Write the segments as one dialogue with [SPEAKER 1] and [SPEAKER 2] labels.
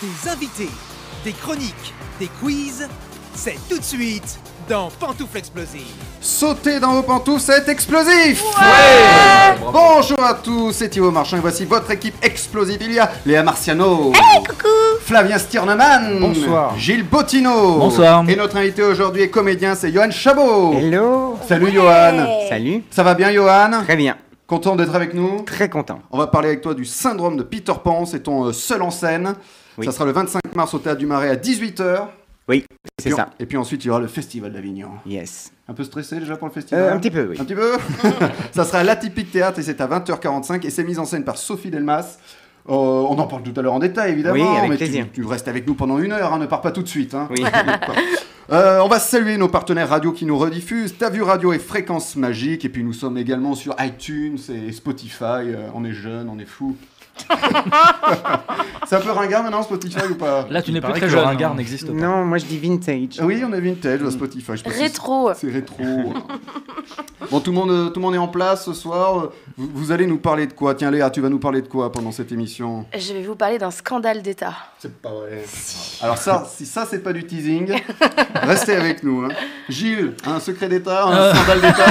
[SPEAKER 1] Des invités, des chroniques, des quiz, c'est tout de suite dans Pantoufle Explosive.
[SPEAKER 2] Sauter dans vos pantoufles, c'est explosif Bonjour à tous, c'est Thibaut Marchand et voici votre équipe explosive. Il y a Léa Marciano, Flavien Stirneman,
[SPEAKER 3] Bonsoir.
[SPEAKER 2] Gilles Bottino,
[SPEAKER 3] Bonsoir.
[SPEAKER 2] et notre invité aujourd'hui est comédien, c'est Johan Chabot.
[SPEAKER 3] Hello
[SPEAKER 2] Salut Johan
[SPEAKER 3] Salut
[SPEAKER 2] Ça va bien Johan
[SPEAKER 3] Très bien,
[SPEAKER 2] Content d'être avec nous
[SPEAKER 3] très content.
[SPEAKER 2] On va parler avec toi du syndrome de Peter Pan, c'est ton euh, seul en scène.
[SPEAKER 3] Oui.
[SPEAKER 2] Ça sera le 25 mars au Théâtre du Marais à 18h.
[SPEAKER 3] Oui, c'est ça.
[SPEAKER 2] Et puis ensuite, il y aura le Festival d'Avignon.
[SPEAKER 3] Yes.
[SPEAKER 2] Un peu stressé déjà pour le festival
[SPEAKER 3] Euh, un petit peu, oui.
[SPEAKER 2] Un petit peu Ça sera à l'Atypique Théâtre et c'est à 20h45 et c'est mis en scène par Sophie Delmas. Euh, on en parle tout à l'heure en détail, évidemment.
[SPEAKER 3] Oui, avec
[SPEAKER 2] mais
[SPEAKER 3] plaisir.
[SPEAKER 2] Tu, tu restes avec nous pendant une heure, hein, ne pars pas tout de suite. hein.
[SPEAKER 3] Oui.
[SPEAKER 2] Euh, on va saluer nos partenaires radio qui nous rediffusent, T'as vu Radio et Fréquence Magique, et puis nous sommes également sur iTunes et Spotify, euh, on est jeunes, on est fous. c'est un peu ringard maintenant Spotify ou pas
[SPEAKER 4] Là, tu n'es plus
[SPEAKER 5] paraît
[SPEAKER 4] très
[SPEAKER 5] que le
[SPEAKER 4] jeune.
[SPEAKER 5] ringard
[SPEAKER 4] hein.
[SPEAKER 5] n'existe pas.
[SPEAKER 3] non, moi je dis vintage.
[SPEAKER 2] Ah Oui, on est vintage euh, Spotify. je sais pas si
[SPEAKER 6] Rétro.
[SPEAKER 2] C'est rétro. bon, tout le, monde, euh, tout le monde est en place ce soir. Euh, Vous, vous allez nous parler de quoi Tiens, Léa, tu vas nous parler de quoi pendant cette émission
[SPEAKER 6] Je vais vous parler d'un scandale d'État.
[SPEAKER 2] C'est pas vrai. Alors, ça, si ça, c'est pas du teasing, restez avec nous. hein. Gilles, un secret d'État, un
[SPEAKER 4] Euh.
[SPEAKER 2] scandale d'État.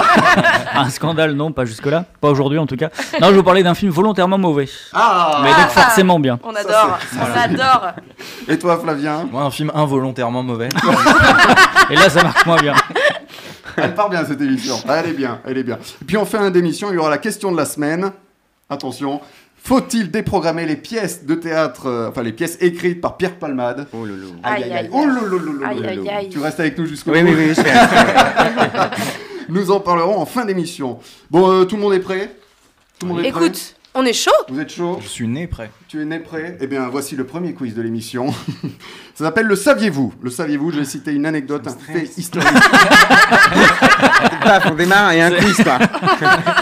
[SPEAKER 4] Ah, Un scandale, non, pas jusque-là. Pas aujourd'hui, en tout cas. Non, je vous parlais d'un film volontairement mauvais.
[SPEAKER 2] Ah
[SPEAKER 4] Mais donc forcément bien.
[SPEAKER 6] On
[SPEAKER 2] Ça,
[SPEAKER 6] adore, on adore.
[SPEAKER 2] Et toi, Flavien
[SPEAKER 5] Moi, un film involontairement mauvais.
[SPEAKER 4] Et là, ça marche moins bien.
[SPEAKER 2] Elle part bien cette émission. Ah, Elle est bien, elle est bien. Et puis, en fin d'émission, il y aura la question de la semaine. Attention. Faut-il déprogrammer les pièces de théâtre, euh, enfin les pièces écrites par Pierre Palmade
[SPEAKER 3] Oh loulou.
[SPEAKER 2] Aïe aïe aïe. Oh lololololo.
[SPEAKER 6] Aïe, aïe, aïe.
[SPEAKER 2] Tu restes avec nous jusqu'au
[SPEAKER 3] Oui,
[SPEAKER 2] bout.
[SPEAKER 3] oui, oui, je fais-
[SPEAKER 2] Nous en parlerons en fin d'émission. Bon, euh, tout le monde est prêt Tout le monde est prêt Oh
[SPEAKER 6] Écoute, on est chaud
[SPEAKER 2] Vous êtes chaud
[SPEAKER 5] Je suis né prêt.
[SPEAKER 2] Tu es né prêt Eh bien, voici le premier quiz de l'émission. Ça s'appelle Le saviez-vous Le saviez-vous, je vais citer une anecdote, un fait historique.
[SPEAKER 3] Paf, on démarre et un quiz quoi.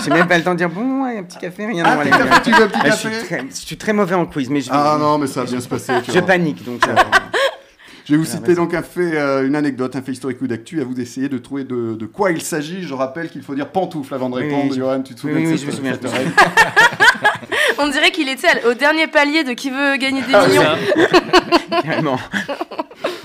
[SPEAKER 3] J'ai même pas le temps de dire bon, ouais, un petit café, rien
[SPEAKER 2] Ah,
[SPEAKER 3] non,
[SPEAKER 2] petit
[SPEAKER 3] allez,
[SPEAKER 2] café,
[SPEAKER 3] viens.
[SPEAKER 2] tu veux un petit
[SPEAKER 3] Ah, je, suis
[SPEAKER 2] café
[SPEAKER 3] très, je suis très mauvais en quiz, mais je,
[SPEAKER 2] Ah non, mais ça va bien se passer. tu
[SPEAKER 3] je
[SPEAKER 2] vois.
[SPEAKER 3] panique donc. euh,
[SPEAKER 2] Je vais vous
[SPEAKER 3] Ah,
[SPEAKER 2] citer
[SPEAKER 3] vas-y.
[SPEAKER 2] donc un fait, euh, une anecdote, un fait historique ou d'actu, à vous d'essayer de trouver de, de quoi il s'agit. Je rappelle qu'il faut dire pantoufle avant de
[SPEAKER 3] Oui, oui,
[SPEAKER 2] répondre.
[SPEAKER 3] je-
[SPEAKER 2] Johan, tu te
[SPEAKER 3] Oui,
[SPEAKER 2] souviens de
[SPEAKER 3] oui,
[SPEAKER 2] cette-
[SPEAKER 3] je me souviens, je me
[SPEAKER 2] cette
[SPEAKER 3] souviens.
[SPEAKER 2] règle
[SPEAKER 6] On dirait qu'il était au dernier palier de qui veut gagner des
[SPEAKER 4] Ah,
[SPEAKER 2] oui,
[SPEAKER 6] millions.
[SPEAKER 3] carrément.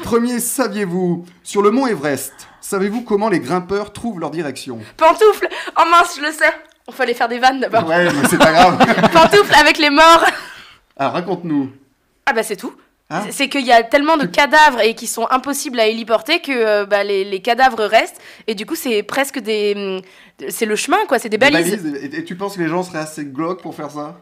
[SPEAKER 2] Premier, saviez-vous, sur le mont Everest, savez-vous comment les grimpeurs trouvent leur direction
[SPEAKER 6] Pantoufle Oh mince, je le sais On fallait faire des vannes d'abord.
[SPEAKER 2] Ouais, mais c'est pas grave.
[SPEAKER 6] Pantoufle avec les morts
[SPEAKER 2] Alors raconte-nous.
[SPEAKER 6] Ah bah c'est tout
[SPEAKER 2] Hein
[SPEAKER 6] C'est- C'est qu'il y a tellement de cadavres et qui sont impossibles à héliporter que euh, bah, les, les cadavres restent et du coup c'est presque des... hum, C'est le chemin quoi, c'est des
[SPEAKER 2] Des
[SPEAKER 6] balises.
[SPEAKER 2] balises, Et, et tu penses que les gens seraient assez glauques pour faire ça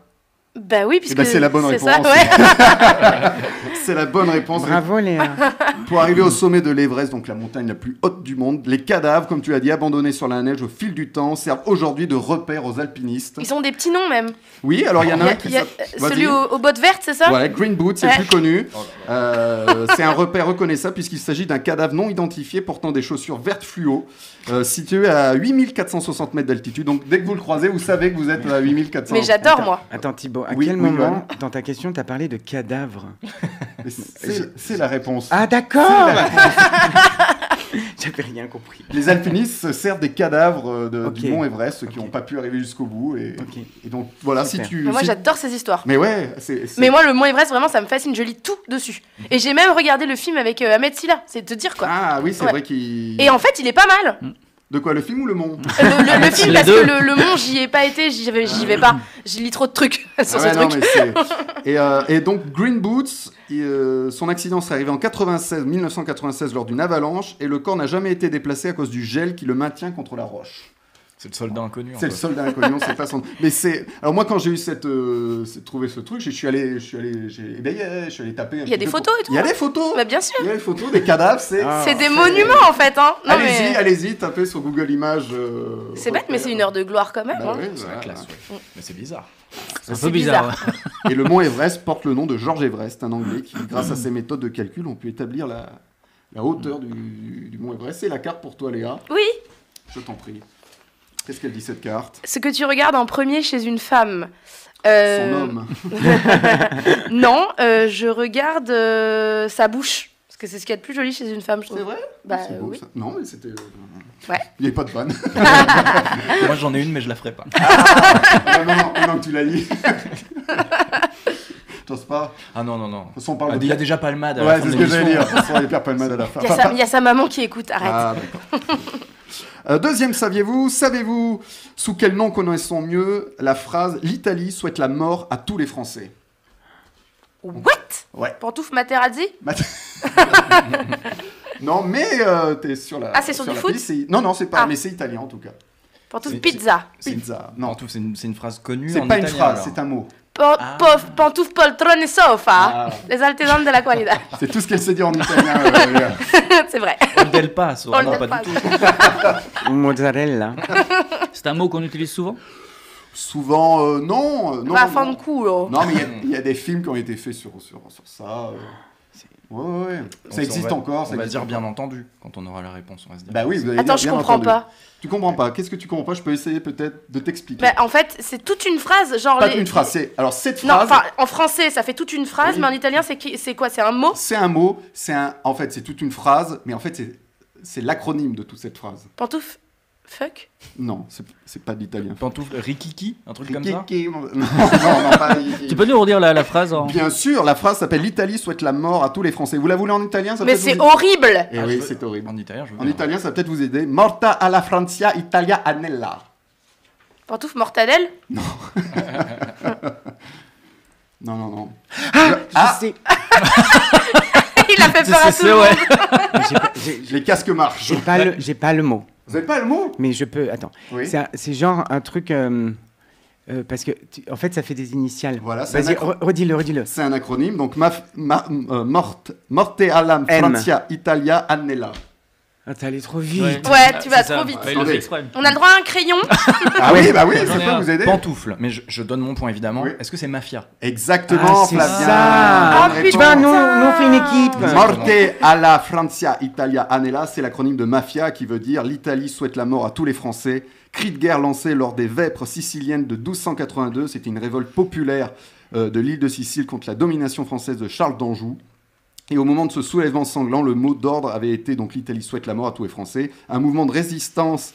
[SPEAKER 6] Bah oui, puisque
[SPEAKER 2] ben, c'est la bonne
[SPEAKER 6] ça,
[SPEAKER 2] réponse.
[SPEAKER 6] ouais.
[SPEAKER 2] C'est la bonne réponse.
[SPEAKER 3] Bravo Léa.
[SPEAKER 2] Pour arriver au sommet de l'Everest, donc la montagne la plus haute du monde, les cadavres, comme tu l'as dit, abandonnés sur la neige au fil du temps, servent aujourd'hui de repères aux alpinistes.
[SPEAKER 6] Ils ont des petits noms même.
[SPEAKER 2] Oui, alors il y en a,
[SPEAKER 6] Il y a-
[SPEAKER 2] un qui
[SPEAKER 6] il y a,
[SPEAKER 2] s'appelle-
[SPEAKER 6] euh,
[SPEAKER 2] Vas-y.
[SPEAKER 6] celui aux, aux bottes vertes, c'est ça
[SPEAKER 2] Voilà, Green Boot, c'est
[SPEAKER 6] Ouais.
[SPEAKER 2] le plus connu. Euh, c'est un repère reconnaissable puisqu'il s'agit d'un cadavre non identifié portant des chaussures vertes fluo, euh, situé à 8460 mètres d'altitude. Donc dès que vous le croisez, vous savez que vous êtes à 8400.
[SPEAKER 6] Mais j'adore moi.
[SPEAKER 3] Attends Thibaut, à
[SPEAKER 2] Oui,
[SPEAKER 3] quel
[SPEAKER 2] oui,
[SPEAKER 3] moment dans ta question t'as parlé de cadavre
[SPEAKER 2] Mais c'est- C'est la réponse.
[SPEAKER 3] Ah d'accord J'avais rien compris.
[SPEAKER 2] Les alpinistes se servent des cadavres euh, de- du
[SPEAKER 3] Ok.
[SPEAKER 2] mont Everest, ceux qui
[SPEAKER 3] Ok.
[SPEAKER 2] n'ont pas pu arriver jusqu'au bout. Et,
[SPEAKER 3] Ok.
[SPEAKER 2] et donc voilà,
[SPEAKER 3] Super.
[SPEAKER 2] si tu.
[SPEAKER 6] Mais moi
[SPEAKER 2] si-
[SPEAKER 6] j'adore ces histoires.
[SPEAKER 2] Mais ouais, c'est. c'est- Mm.
[SPEAKER 6] Mais moi le Mont Everest vraiment ça me fascine, je lis tout dessus. Et j'ai même regardé le film avec euh, Ahmed Silla, c'est de te dire quoi.
[SPEAKER 2] Ah oui, c'est
[SPEAKER 6] Ouais.
[SPEAKER 2] vrai qu'il. Mm.
[SPEAKER 6] Et en fait il est pas mal.
[SPEAKER 2] De quoi, le film ou le mont
[SPEAKER 6] Euh, Le,
[SPEAKER 3] Ah,
[SPEAKER 6] le- le film
[SPEAKER 4] les
[SPEAKER 6] parce
[SPEAKER 4] deux.
[SPEAKER 6] que le, le Mont j'y ai pas été, j'y vais, j'y vais pas. J'y lis trop de trucs
[SPEAKER 2] Mm.
[SPEAKER 6] sur
[SPEAKER 2] Ah
[SPEAKER 6] ce
[SPEAKER 2] ouais, non,
[SPEAKER 6] truc.
[SPEAKER 2] mais c'est- et, euh, et donc Green Boots, il, euh, son accident serait arrivé en 96, 1996 lors d'une avalanche et le corps n'a jamais été déplacé à cause du gel qui le maintient contre la roche.
[SPEAKER 5] C'est le soldat inconnu. en
[SPEAKER 2] C'est le
[SPEAKER 5] fait.
[SPEAKER 2] soldat inconnu, on sait pas son. Mais c'est. Alors moi quand j'ai eu cette, euh, c'est- trouvé ce truc, je suis allé, je suis allé, j'ai éblayé, je suis allé taper. un
[SPEAKER 6] Il y a
[SPEAKER 2] petit
[SPEAKER 6] des
[SPEAKER 2] peu
[SPEAKER 6] photos
[SPEAKER 2] pour-
[SPEAKER 6] et tout,
[SPEAKER 2] Il y a
[SPEAKER 6] hein.
[SPEAKER 2] des photos.
[SPEAKER 6] Bah bien sûr.
[SPEAKER 2] Il y a des photos des cadavres, c'est.
[SPEAKER 3] Ah.
[SPEAKER 6] C'est des monuments en fait hein. Non
[SPEAKER 2] allez-y,
[SPEAKER 6] mais
[SPEAKER 2] allez-y, tapez sur Google Images. euh,
[SPEAKER 6] c'est bête mais c'est une heure de gloire quand même.
[SPEAKER 2] Bah
[SPEAKER 6] hein. Mm.
[SPEAKER 2] oui,
[SPEAKER 5] C'est la
[SPEAKER 2] voilà.
[SPEAKER 5] classe, ouais. Mais c'est bizarre.
[SPEAKER 4] C'est un
[SPEAKER 6] C'est
[SPEAKER 4] peu bizarre. ouais.
[SPEAKER 5] hein.
[SPEAKER 2] Et le mont Everest porte le nom de George Everest, un Anglais qui, grâce à ses méthodes de calcul, ont pu établir la, la hauteur du, du mont Everest. C'est la carte pour toi, Léa.
[SPEAKER 6] Oui,
[SPEAKER 2] Je t'en prie. Qu'est-ce qu'elle dit cette carte
[SPEAKER 6] ce que tu regardes en premier chez une femme. Euh,
[SPEAKER 2] Son homme.
[SPEAKER 6] Non, euh, je regarde euh, sa bouche. Parce que c'est ce qu'il y a de plus joli chez une femme, je trouve.
[SPEAKER 2] C'est vrai
[SPEAKER 6] Bah
[SPEAKER 2] C'est beau,
[SPEAKER 6] oui.
[SPEAKER 2] ça. Non, mais c'était. euh,
[SPEAKER 6] Ouais.
[SPEAKER 2] Il n'y avait pas de vanne. Ah,
[SPEAKER 5] Moi, j'en ai une, mais je la ferai pas.
[SPEAKER 2] non, non, non, non, que tu l'as dit. T'oses pas
[SPEAKER 5] Ah non, non, non.
[SPEAKER 2] De toute façon, on
[SPEAKER 5] Ah,
[SPEAKER 2] parle
[SPEAKER 5] Il
[SPEAKER 2] de.
[SPEAKER 5] y a déjà Palmade. à la
[SPEAKER 2] Ouais,
[SPEAKER 5] fin
[SPEAKER 2] c'est
[SPEAKER 5] de
[SPEAKER 2] ce que j'allais
[SPEAKER 5] l'émission.
[SPEAKER 2] dire. De toute façon, il y a Pierre Palmade à la fin.
[SPEAKER 6] Il y, a
[SPEAKER 2] Enfin,
[SPEAKER 6] sa- il y a sa maman qui écoute, arrête.
[SPEAKER 2] Ah, d'accord. Euh, Deuxième, saviez-vous, savez-vous sous quel nom connaissons mieux la phrase L'Italie souhaite la mort à tous les Français
[SPEAKER 6] What
[SPEAKER 2] Ouais.
[SPEAKER 6] Pantouf Materazzi
[SPEAKER 2] Mat- non, mais euh, t'es sur la.
[SPEAKER 6] Ah, c'est sur du
[SPEAKER 2] la
[SPEAKER 6] foot
[SPEAKER 2] piste, c'est- Non, non, c'est pas.
[SPEAKER 6] Ah.
[SPEAKER 2] Mais c'est italien en tout cas.
[SPEAKER 6] Pantouf
[SPEAKER 5] C'est-
[SPEAKER 6] Pizza
[SPEAKER 5] C'est une-
[SPEAKER 2] Pizza.
[SPEAKER 5] Non,
[SPEAKER 2] Non,
[SPEAKER 5] tout, c'est une, c'est une phrase connue.
[SPEAKER 2] c'est
[SPEAKER 5] en
[SPEAKER 2] pas une
[SPEAKER 5] italien,
[SPEAKER 2] phrase,
[SPEAKER 5] alors.
[SPEAKER 2] c'est un mot.
[SPEAKER 6] Pan-
[SPEAKER 5] Ah.
[SPEAKER 6] pof- Pantouf Poltrone et Sofa
[SPEAKER 2] Ah,
[SPEAKER 6] Les altésantes de la qualità.
[SPEAKER 2] c'est tout ce qu'elle s'est dit en italien. euh, les gars.
[SPEAKER 6] C'est vrai.
[SPEAKER 5] Paul Del
[SPEAKER 2] Oh,
[SPEAKER 5] Paso.
[SPEAKER 6] Paul
[SPEAKER 5] non,
[SPEAKER 6] Del
[SPEAKER 5] pas
[SPEAKER 6] Paso.
[SPEAKER 5] du tout.
[SPEAKER 3] Mozzarella.
[SPEAKER 4] C'est un mot qu'on utilise souvent
[SPEAKER 2] Souvent, euh, non, euh, non.
[SPEAKER 6] Va oh.
[SPEAKER 2] non.
[SPEAKER 6] fan culo.
[SPEAKER 2] Non, mais il y a- il y, a des films qui ont été faits sur, sur, sur ça. euh. Ouais, ouais, ouais.
[SPEAKER 5] Donc,
[SPEAKER 2] Ça existe
[SPEAKER 5] on va-
[SPEAKER 2] encore.
[SPEAKER 5] On
[SPEAKER 2] ça
[SPEAKER 5] va
[SPEAKER 2] existe
[SPEAKER 5] dire bien
[SPEAKER 2] encore.
[SPEAKER 5] entendu quand on aura la réponse. On va se dire.
[SPEAKER 2] Bah oui, vous allez
[SPEAKER 6] Attends,
[SPEAKER 2] dire
[SPEAKER 6] je
[SPEAKER 2] bien
[SPEAKER 6] comprends
[SPEAKER 2] entendu.
[SPEAKER 6] pas.
[SPEAKER 2] Tu comprends pas. Qu'est-ce que tu comprends pas Je peux essayer peut-être de t'expliquer.
[SPEAKER 6] Bah, en fait, c'est toute une phrase, genre.
[SPEAKER 2] pas
[SPEAKER 6] les-
[SPEAKER 2] une phrase. c'est- Alors, cette
[SPEAKER 6] Non,
[SPEAKER 2] phrase,
[SPEAKER 6] enfin, en français, ça fait toute une phrase,
[SPEAKER 2] Oui.
[SPEAKER 6] mais en italien, c'est qui- c'est quoi C'est un mot
[SPEAKER 2] c'est un mot. C'est un... En fait, c'est toute une phrase, mais en fait, c'est, c'est l'acronyme de toute cette phrase.
[SPEAKER 6] Pantouf Fuck
[SPEAKER 2] Non, c'est, c'est pas de l'italien.
[SPEAKER 5] Pantoufle Rikiki, un truc comme ça.
[SPEAKER 2] Kiki- Non, non, non, pas.
[SPEAKER 4] Tu peux nous redire la, la phrase en.
[SPEAKER 2] Bien sûr, la phrase s'appelle L'Italie souhaite la mort à tous les Français. Vous la voulez en italien ça
[SPEAKER 6] Mais
[SPEAKER 2] peut-être
[SPEAKER 6] c'est
[SPEAKER 2] vous aider
[SPEAKER 6] horrible
[SPEAKER 2] Eh
[SPEAKER 5] Ah, je
[SPEAKER 2] oui,
[SPEAKER 5] veux-
[SPEAKER 2] c'est horrible.
[SPEAKER 5] En italien, je veux
[SPEAKER 2] En
[SPEAKER 5] bien.
[SPEAKER 2] italien, ça va peut-être vous aider. Morta alla Francia Italia anella.
[SPEAKER 6] Pantouf Mortadelle
[SPEAKER 2] Non, non, non.
[SPEAKER 3] Ah, je sais.
[SPEAKER 6] Il a fait peur à tout
[SPEAKER 4] C'est
[SPEAKER 6] le monde.
[SPEAKER 4] ouais.
[SPEAKER 3] J'ai pas- j'ai-
[SPEAKER 2] Les casques marchent.
[SPEAKER 3] J'ai pas, le, j'ai pas le mot,
[SPEAKER 2] Vous n'avez pas le mot
[SPEAKER 3] mais je peux. Attends.
[SPEAKER 2] Oui.
[SPEAKER 3] C'est un- C'est genre un truc. euh, euh, parce que, tu- en fait, ça fait des initiales.
[SPEAKER 2] Voilà, c'est un
[SPEAKER 3] Vas-y,
[SPEAKER 2] acro-
[SPEAKER 3] re- redis-le, redis-le.
[SPEAKER 2] C'est un acronyme. Donc, maf- ma- euh, morte, morte alla
[SPEAKER 3] M.
[SPEAKER 2] Francia Italia anella.
[SPEAKER 3] Ah, t'es allé trop vite.
[SPEAKER 6] Ouais, tu vas
[SPEAKER 4] Ah, C'est
[SPEAKER 6] trop
[SPEAKER 4] ça.
[SPEAKER 6] vite.
[SPEAKER 4] Ouais, il le fait exprès.
[SPEAKER 6] On a le droit à un crayon
[SPEAKER 2] Ah oui, bah oui,
[SPEAKER 4] J'en
[SPEAKER 2] ça
[SPEAKER 4] ai un.
[SPEAKER 2] peut vous aider.
[SPEAKER 5] Pantoufle, mais je, je donne mon point évidemment.
[SPEAKER 2] Oui.
[SPEAKER 5] Est-ce que c'est mafia
[SPEAKER 2] Exactement,
[SPEAKER 3] Ah, c'est
[SPEAKER 2] Flavien.
[SPEAKER 3] ça.
[SPEAKER 2] Bonne
[SPEAKER 6] Ah,
[SPEAKER 2] réponse.
[SPEAKER 3] Tu vois, nous, nous, on fait une équipe.
[SPEAKER 5] Mort.
[SPEAKER 2] Morte alla Francia Italia Anella, c'est l'acronyme de mafia qui veut dire l'Italie souhaite la mort à tous les Français. Cri de guerre lancé lors des Vêpres siciliennes de 1282, c'était une révolte populaire euh, de l'île de Sicile contre la domination française de Charles d'Anjou. Et au moment de ce soulèvement sanglant, le mot d'ordre avait été donc l'Italie souhaite la mort à tous les Français, un mouvement de résistance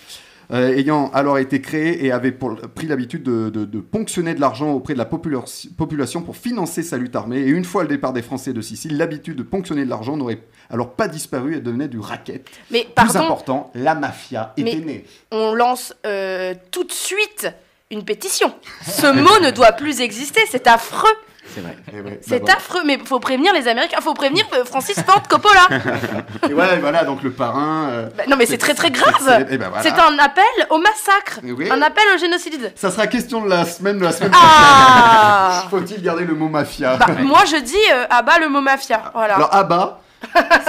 [SPEAKER 2] euh, ayant alors été créé et avait pour- pris l'habitude de, de- de ponctionner de l'argent auprès de la popula- population pour financer sa lutte armée. Et une fois le départ des Français de Sicile, l'habitude de ponctionner de l'argent n'aurait alors pas disparu et devenait du racket.
[SPEAKER 6] Mais
[SPEAKER 2] Plus
[SPEAKER 6] pardon,
[SPEAKER 2] important, la mafia était
[SPEAKER 6] Mais-
[SPEAKER 2] née.
[SPEAKER 6] on lance euh, tout de suite une pétition. Ce mot ne doit plus exister, c'est affreux.
[SPEAKER 2] Bah,
[SPEAKER 3] C'est vrai.
[SPEAKER 2] Et ouais,
[SPEAKER 6] C'est
[SPEAKER 2] bah
[SPEAKER 6] affreux, mais faut prévenir les Américains, faut prévenir euh, Francis Ford Coppola.
[SPEAKER 2] voilà. Et ouais, voilà, donc le parrain. euh,
[SPEAKER 6] Bah, non mais c'est très très grave.
[SPEAKER 2] c'est- et ben voilà.
[SPEAKER 6] C'est un appel au massacre,
[SPEAKER 2] Oui.
[SPEAKER 6] un appel au génocide.
[SPEAKER 2] Ça sera question de la semaine de la semaine
[SPEAKER 6] Ah
[SPEAKER 2] Faut-il garder le mot mafia
[SPEAKER 6] Bah, Moi je dis euh, ah bah le mot mafia, voilà.
[SPEAKER 2] Alors ABBA,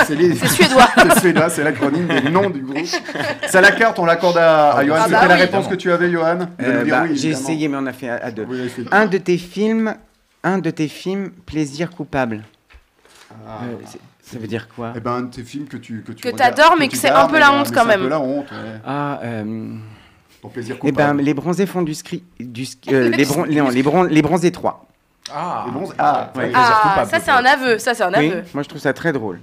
[SPEAKER 2] c'est les...
[SPEAKER 6] C'est suédois.
[SPEAKER 2] c'est suédois, c'est l'acronyme des noms du groupe. Ça la carte, on l'accorde à, à Johan.
[SPEAKER 5] Ah
[SPEAKER 2] C'était
[SPEAKER 6] bah
[SPEAKER 2] la
[SPEAKER 6] oui.
[SPEAKER 2] réponse que tu avais, Johan De nous
[SPEAKER 3] Euh,
[SPEAKER 2] dire
[SPEAKER 3] bah,
[SPEAKER 2] oui,
[SPEAKER 3] j'ai
[SPEAKER 2] évidemment.
[SPEAKER 3] essayé, mais on a fait à, à deux.
[SPEAKER 2] Oui, c'est-
[SPEAKER 3] Un de tes films, un de tes films, plaisir coupable.
[SPEAKER 2] Ah.
[SPEAKER 3] Euh, c'est- ça veut dire quoi
[SPEAKER 2] Eh ben, un de tes films que tu que tu
[SPEAKER 6] Que
[SPEAKER 2] regardes,
[SPEAKER 6] t'adores, mais que
[SPEAKER 2] tu
[SPEAKER 6] c'est
[SPEAKER 2] gardes,
[SPEAKER 6] un peu la
[SPEAKER 2] Ah, mais-
[SPEAKER 6] honte
[SPEAKER 2] mais
[SPEAKER 6] quand
[SPEAKER 2] c'est
[SPEAKER 6] même.
[SPEAKER 2] Un peu la honte. ouais.
[SPEAKER 3] Ah, euh,
[SPEAKER 2] Ton plaisir
[SPEAKER 3] eh ben,
[SPEAKER 2] coupable.
[SPEAKER 3] les bronzés font du ski, du ski- euh, les, bron- non, les, bron- les bronzés 3.
[SPEAKER 5] Ah,
[SPEAKER 2] Les bons- ah,
[SPEAKER 5] ouais,
[SPEAKER 2] ouais.
[SPEAKER 5] plaisir
[SPEAKER 6] Ah
[SPEAKER 5] coupable.
[SPEAKER 6] ça c'est un aveu, ça c'est un
[SPEAKER 3] Oui,
[SPEAKER 6] aveu.
[SPEAKER 3] moi je trouve ça très drôle.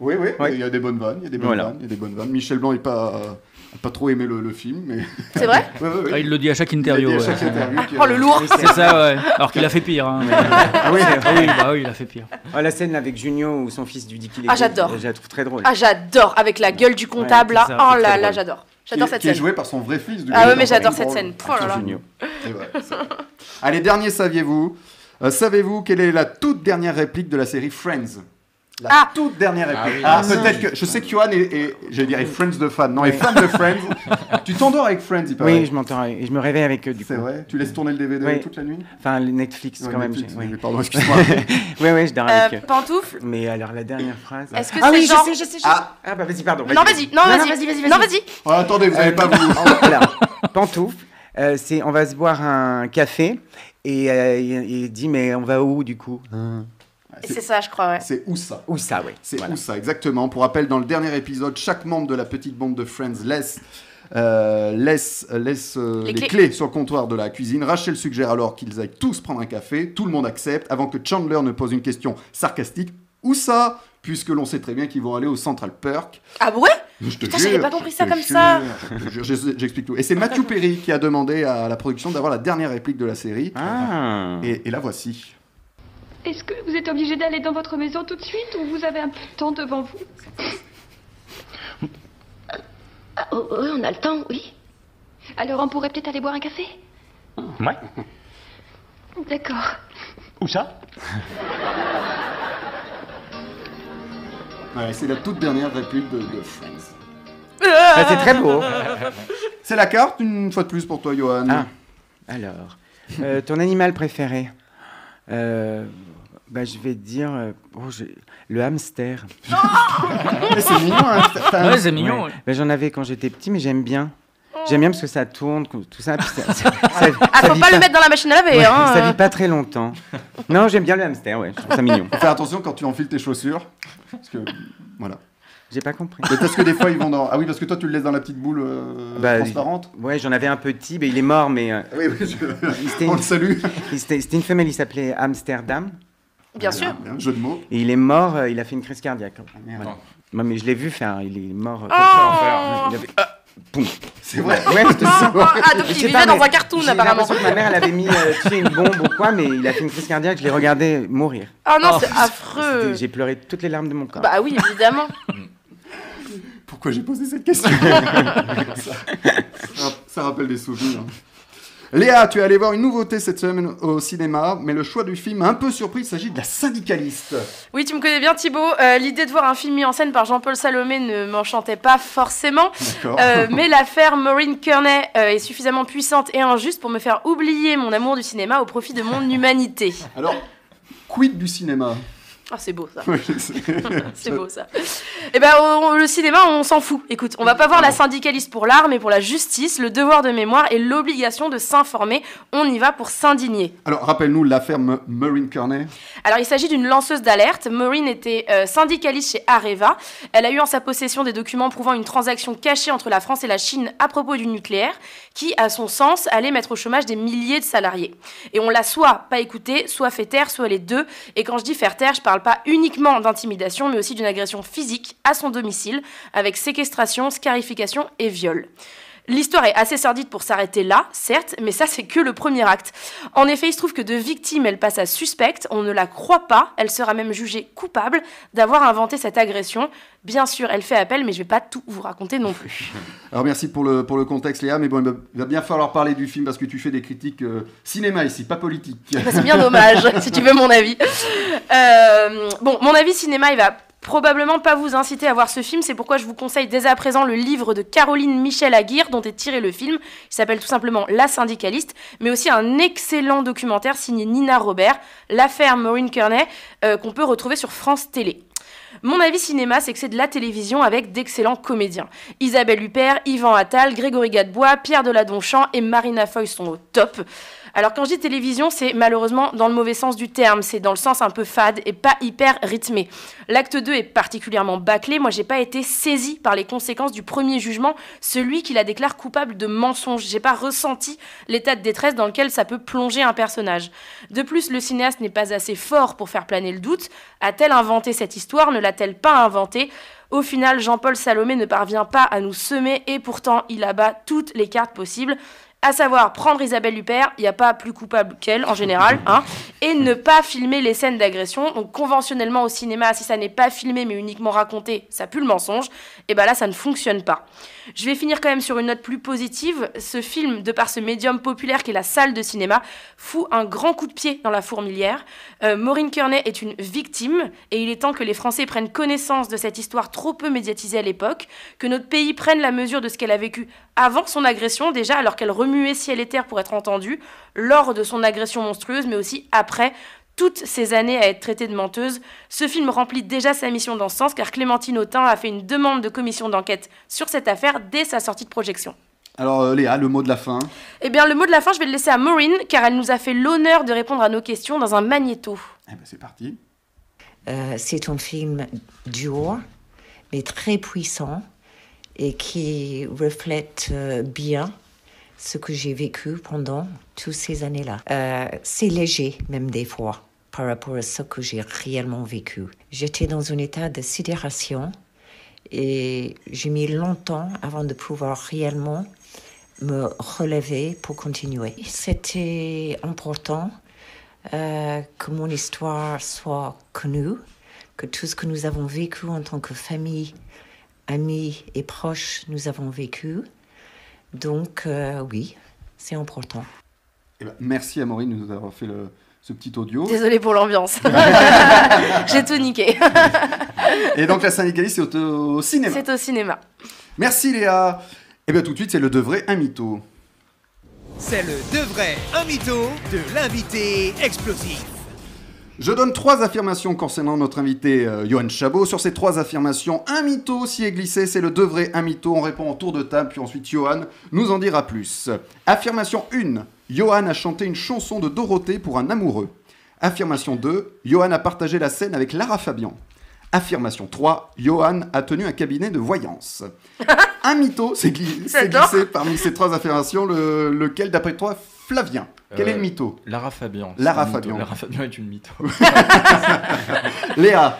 [SPEAKER 2] Oui, oui.
[SPEAKER 3] Ouais.
[SPEAKER 2] Il y a des bonnes vannes, il y a des bonnes
[SPEAKER 3] Voilà.
[SPEAKER 2] vannes, il y a des bonnes vannes. Michel Blanc, il pas euh, a pas trop aimé le, le film, mais.
[SPEAKER 6] C'est vrai
[SPEAKER 2] Ouais, ouais, ouais.
[SPEAKER 4] Ah, il le dit à chaque
[SPEAKER 2] Il a dit
[SPEAKER 4] interview.
[SPEAKER 2] à
[SPEAKER 4] ouais.
[SPEAKER 2] chaque interview qu'il y
[SPEAKER 6] Oh
[SPEAKER 2] a-
[SPEAKER 6] le lourd.
[SPEAKER 3] Oui, c'est-
[SPEAKER 4] C'est ça, ouais. Alors qu'il a fait pire. hein.
[SPEAKER 3] Ah oui,
[SPEAKER 4] Ah oui, bah oui, il a fait pire.
[SPEAKER 3] Ah, la scène avec Junio où son fils lui dit qu'il est
[SPEAKER 6] Ah,
[SPEAKER 3] gay,
[SPEAKER 6] j'adore.
[SPEAKER 3] Je la trouve très drôle.
[SPEAKER 6] Ah j'adore avec la gueule du comptable
[SPEAKER 4] Ouais, c'est ça,
[SPEAKER 6] là. Oh
[SPEAKER 4] c'est
[SPEAKER 6] là
[SPEAKER 4] très
[SPEAKER 6] là
[SPEAKER 4] drôle.
[SPEAKER 6] j'adore.
[SPEAKER 2] qui est-
[SPEAKER 6] J'adore cette
[SPEAKER 2] Qui est
[SPEAKER 6] scène.
[SPEAKER 2] joué par son vrai fils. du
[SPEAKER 6] Ah
[SPEAKER 2] coup,
[SPEAKER 6] ouais mais
[SPEAKER 2] dans
[SPEAKER 6] j'adore
[SPEAKER 2] Paris
[SPEAKER 6] cette
[SPEAKER 2] Bordeaux.
[SPEAKER 6] scène. Oh là là.
[SPEAKER 3] Junio.
[SPEAKER 2] C'est vrai, c'est vrai. Allez, dernier saviez-vous Euh, Savez-vous quelle est la toute dernière réplique de la série Friends la
[SPEAKER 6] Ah.
[SPEAKER 2] toute dernière
[SPEAKER 5] Ah
[SPEAKER 2] réplique.
[SPEAKER 5] oui.
[SPEAKER 2] Ah,
[SPEAKER 5] Ah,
[SPEAKER 2] peut-être
[SPEAKER 5] oui.
[SPEAKER 2] que. Je sais que Johan est, est- j'allais dire, est Friends de fan. Non, est fan de Friends. tu t'endors avec Friends, il paraît.
[SPEAKER 3] Oui, je m'entends et je me réveille avec eux du coup.
[SPEAKER 2] C'est vrai. Tu laisses tourner le DVD
[SPEAKER 3] Oui.
[SPEAKER 2] toute la nuit
[SPEAKER 3] Enfin, les Netflix
[SPEAKER 2] Ouais,
[SPEAKER 3] quand même.
[SPEAKER 2] Netflix,
[SPEAKER 3] j'ai- Oui,
[SPEAKER 2] oui, Pardon, excuse-moi.
[SPEAKER 3] oui, ouais, je dors
[SPEAKER 6] Euh,
[SPEAKER 3] avec eux.
[SPEAKER 6] pantoufle.
[SPEAKER 3] Mais alors la dernière phrase.
[SPEAKER 6] Est-ce que
[SPEAKER 3] ah
[SPEAKER 6] c'est
[SPEAKER 3] oui,
[SPEAKER 6] genre-
[SPEAKER 3] je sais, je sais, je sais.
[SPEAKER 2] Ah.
[SPEAKER 3] Ah, bah vas-y, pardon.
[SPEAKER 6] Non vas-y, non vas-y, non vas-y.
[SPEAKER 2] Oh, attendez, vous
[SPEAKER 3] Euh,
[SPEAKER 2] n'avez pas voulu.
[SPEAKER 3] Voilà. Pantoufle. Euh, c'est, on va se boire un café et euh, il, il dit mais on va où du coup
[SPEAKER 2] Hein?
[SPEAKER 6] C'est ça je crois ouais.
[SPEAKER 2] C'est où ça
[SPEAKER 3] Où ça, oui.
[SPEAKER 2] C'est
[SPEAKER 3] Voilà.
[SPEAKER 2] où ça, exactement Pour rappel, dans le dernier épisode, chaque membre de la petite bande de Friends laisse, euh, laisse, laisse euh,
[SPEAKER 6] Les
[SPEAKER 2] les,
[SPEAKER 6] clés.
[SPEAKER 2] clés. sur le comptoir de la cuisine. Rachel suggère alors qu'ils aillent tous prendre un café. Tout le monde accepte avant que Chandler ne pose une question sarcastique. Où ça Puisque l'on sait très bien qu'ils vont aller au Central Perk.
[SPEAKER 6] Ah ouais
[SPEAKER 2] Je te
[SPEAKER 6] Putain, j'avais pas
[SPEAKER 2] je
[SPEAKER 6] compris
[SPEAKER 2] te
[SPEAKER 6] ça comme ça.
[SPEAKER 2] jure, je te jure, je- J'explique tout. Et c'est Matthew Perry qui a demandé à la production d'avoir la dernière réplique de la série.
[SPEAKER 3] Ah.
[SPEAKER 2] Et, et la voici.
[SPEAKER 7] Est-ce que vous êtes obligé d'aller dans votre maison tout de suite ou vous avez un peu de temps devant vous
[SPEAKER 8] Ah, oh, oui, on a le temps, oui.
[SPEAKER 7] Alors on pourrait peut-être aller boire un café
[SPEAKER 9] Ouais.
[SPEAKER 7] D'accord.
[SPEAKER 9] Où ça
[SPEAKER 2] Ouais, c'est la toute dernière réplique de, de Friends.
[SPEAKER 3] Bah, c'est très beau.
[SPEAKER 2] C'est la carte, une fois de plus pour toi, Johan.
[SPEAKER 3] Ah. Alors, euh, ton animal préféré Euh, bah, Je vais te dire euh, oh, j'ai- le hamster.
[SPEAKER 2] Mais c'est mignon, hein. T'as- t'as un-
[SPEAKER 4] Ouais, c'est mignon.
[SPEAKER 3] Ouais.
[SPEAKER 4] ouais.
[SPEAKER 3] Bah, J'en avais quand j'étais petit, mais j'aime bien. J'aime bien parce que ça tourne, que- tout ça. puis ça, ça- ça-
[SPEAKER 6] Ah,
[SPEAKER 3] ça
[SPEAKER 6] faut
[SPEAKER 3] vit
[SPEAKER 6] pas le mettre dans la machine à laver,
[SPEAKER 3] Ouais,
[SPEAKER 6] hein.
[SPEAKER 3] Ça
[SPEAKER 6] euh.
[SPEAKER 3] vit pas très longtemps. Non, j'aime bien le hamster, ouais, je trouve ça mignon.
[SPEAKER 2] Faut faire attention quand tu enfiles tes chaussures. Parce que, voilà.
[SPEAKER 3] J'ai pas compris.
[SPEAKER 2] Mais parce que des fois, ils vont dans. Ah oui, parce que toi, tu le laisses dans la petite boule euh,
[SPEAKER 3] Bah,
[SPEAKER 2] transparente.
[SPEAKER 3] Ouais, j'en avais un petit, mais il est mort, mais euh,
[SPEAKER 2] Oui, oui, je-
[SPEAKER 3] il- c'était
[SPEAKER 2] on
[SPEAKER 3] une,
[SPEAKER 2] le salue.
[SPEAKER 3] il- c'était- c'était une femelle, il s'appelait Amsterdam, Ah,
[SPEAKER 6] Bien sûr.
[SPEAKER 2] Ah, Bien, jeu de mots.
[SPEAKER 3] et il est mort, euh, il a fait une crise cardiaque.
[SPEAKER 2] Ah, merde.
[SPEAKER 3] Moi, mais je l'ai vu faire, il est mort. euh,
[SPEAKER 6] Oh
[SPEAKER 3] comme ça. Il a- Poum.
[SPEAKER 2] C'est vrai.
[SPEAKER 3] Ouais, je te
[SPEAKER 6] Ah,
[SPEAKER 3] jure.
[SPEAKER 6] ah, donc
[SPEAKER 3] Je
[SPEAKER 6] il
[SPEAKER 3] sais
[SPEAKER 6] vivait
[SPEAKER 3] pas,
[SPEAKER 6] dans
[SPEAKER 3] mais
[SPEAKER 6] un cartoon,
[SPEAKER 3] j'ai
[SPEAKER 6] apparemment.
[SPEAKER 3] l'impression que ma mère, elle avait mis euh, tu sais, une bombe ou quoi, mais il a fait une crise cardiaque, je l'ai regardé mourir.
[SPEAKER 6] Ah non,
[SPEAKER 4] Oh,
[SPEAKER 6] c'est affreux.
[SPEAKER 3] C'était- J'ai pleuré toutes les larmes de mon corps.
[SPEAKER 6] Bah oui, évidemment.
[SPEAKER 2] Pourquoi j'ai posé cette question ça, ça rappelle des souvenirs. Léa, tu es allée voir une nouveauté cette semaine au cinéma, mais le choix du film m'a un peu surpris. Il s'agit de La Syndicaliste.
[SPEAKER 6] Oui, tu me connais bien, Thibaut. Euh, L'idée de voir un film mis en scène par Jean-Paul Salomé ne m'enchantait pas forcément.
[SPEAKER 2] D'accord.
[SPEAKER 6] Euh, mais l'affaire Maureen Kearney euh, est suffisamment puissante et injuste pour me faire oublier mon amour du cinéma au profit de mon humanité.
[SPEAKER 2] Alors, quid du cinéma
[SPEAKER 6] Ah, c'est beau ça.
[SPEAKER 2] Oui, je sais.
[SPEAKER 6] C'est beau ça. Eh ben, on- le cinéma, on s'en fout. Écoute, on va pas voir la syndicaliste pour l'art, mais pour la justice, le devoir de mémoire et l'obligation de s'informer. On y va pour s'indigner.
[SPEAKER 2] Alors, rappelle-nous l'affaire Ma- Maureen Kearney.
[SPEAKER 6] Alors, il s'agit d'une lanceuse d'alerte. Maureen était euh, syndicaliste chez Areva. Elle a eu en sa possession des documents prouvant une transaction cachée entre la France et la Chine à propos du nucléaire, qui, à son sens, allait mettre au chômage des milliers de salariés. Et on l'a soit pas écoutée, soit fait taire, soit les deux. Et quand je dis faire taire, je parle pas uniquement d'intimidation, mais aussi d'une agression physique à son domicile, avec séquestration, scarification et viol. L'histoire est assez sordide pour s'arrêter là, certes, mais ça c'est que le premier acte. En effet, il se trouve que de victime, elle passe à suspecte, on ne la croit pas, elle sera même jugée coupable d'avoir inventé cette agression. Bien sûr, elle fait appel, mais je vais pas tout vous raconter non plus.
[SPEAKER 2] Alors, merci pour le, pour le contexte, Léa, mais bon, il va- il va bien falloir parler du film parce que tu fais des critiques euh, cinéma ici, pas politique.
[SPEAKER 6] Bah, c'est bien dommage, si tu veux mon avis. Euh, bon, mon avis cinéma, il va probablement pas vous inciter à voir ce film, c'est pourquoi je vous conseille dès à présent le livre de Caroline Michel Aguirre dont est tiré le film, il s'appelle tout simplement La syndicaliste, mais aussi un excellent documentaire signé Nina Robert, L'affaire Maureen Kearney, euh, qu'on peut retrouver sur France Télé. Mon avis cinéma, c'est que c'est de la télévision avec d'excellents comédiens. Isabelle Huppert, Yvan Attal, Grégory Gadebois, Pierre Deladonchamp et Marina Foy sont au top. Alors quand je dis télévision, c'est malheureusement dans le mauvais sens du terme, c'est dans le sens un peu fade et pas hyper rythmé. L'acte 2 est particulièrement bâclé, moi j'ai pas été saisie par les conséquences du premier jugement, celui qui la déclare coupable de mensonge, j'ai pas ressenti l'état de détresse dans lequel ça peut plonger un personnage. De plus, le cinéaste n'est pas assez fort pour faire planer le doute, a-t-elle inventé cette histoire, ne l'a-t-elle pas inventée au final, Jean-Paul Salomé ne parvient pas à nous semer et pourtant il abat toutes les cartes possibles à savoir prendre Isabelle Huppert, il n'y a pas plus coupable qu'elle en général, hein, et ne pas filmer les scènes d'agression. Donc conventionnellement au cinéma, si ça n'est pas filmé mais uniquement raconté, ça pue le mensonge, et ben là ça ne fonctionne pas. Je vais finir quand même sur une note plus positive. Ce film, de par ce médium populaire qu'est la salle de cinéma, fout un grand coup de pied dans la fourmilière. Euh, Maureen Kearney est une victime, et il est temps que les Français prennent connaissance de cette histoire trop peu médiatisée à l'époque, que notre pays prenne la mesure de ce qu'elle a vécu avant son agression, déjà alors qu'elle remuait ciel et terre pour être entendue, lors de son agression monstrueuse, mais aussi après. Toutes ces années à être traitée de menteuse, ce film remplit déjà sa mission dans ce sens car Clémentine Autain a fait une demande de commission d'enquête sur cette affaire dès sa sortie de projection.
[SPEAKER 2] Alors, euh, Léa, le mot de la fin.
[SPEAKER 6] Eh bien, le mot de la fin, je vais le laisser à Maureen car elle nous a fait l'honneur de répondre à nos questions dans un magnéto.
[SPEAKER 2] Eh ben, c'est parti.
[SPEAKER 8] Euh, c'est un film dur, mais très puissant et qui reflète euh, bien ce que j'ai vécu pendant toutes ces années-là. Euh, c'est léger, même des fois, par rapport à ce que j'ai réellement vécu. J'étais dans un état de sidération et j'ai mis longtemps avant de pouvoir réellement me relever pour continuer. C'était important euh, que mon histoire soit connue, que tout ce que nous avons vécu en tant que famille, amis et proches, nous avons vécu. Donc euh, oui, c'est important.
[SPEAKER 2] Eh ben, merci à Maureen de nous avoir fait le- ce petit audio.
[SPEAKER 6] Désolée pour l'ambiance. J'ai tout niqué.
[SPEAKER 2] Et donc la syndicaliste, c'est au, au cinéma.
[SPEAKER 6] C'est au cinéma.
[SPEAKER 2] Merci Léa. Et bien tout de suite, c'est le de vrai un mytho.
[SPEAKER 1] C'est le de vrai un mytho de l'invité explosif.
[SPEAKER 2] Je donne trois affirmations concernant notre invité euh, Johan Chabot. Sur ces trois affirmations, un mytho s'y est glissé, c'est le de vrai un mytho. On répond en tour de table, puis ensuite Johan nous en dira plus. Affirmation 1. Johan a chanté une chanson de Dorothée pour un amoureux. Affirmation 2. Johan a partagé la scène avec Lara Fabian. Affirmation 3. Johan a tenu un cabinet de voyance. un mytho s'est gli- s'est
[SPEAKER 6] J'adore.
[SPEAKER 2] glissé parmi ces trois affirmations, le- lequel d'après toi, Flavien Quel
[SPEAKER 5] Euh,
[SPEAKER 2] est le mytho
[SPEAKER 5] Lara Fabian.
[SPEAKER 2] Lara
[SPEAKER 5] c'est un mytho.
[SPEAKER 2] Fabian.
[SPEAKER 5] Lara Fabian est une mytho.
[SPEAKER 2] Léa,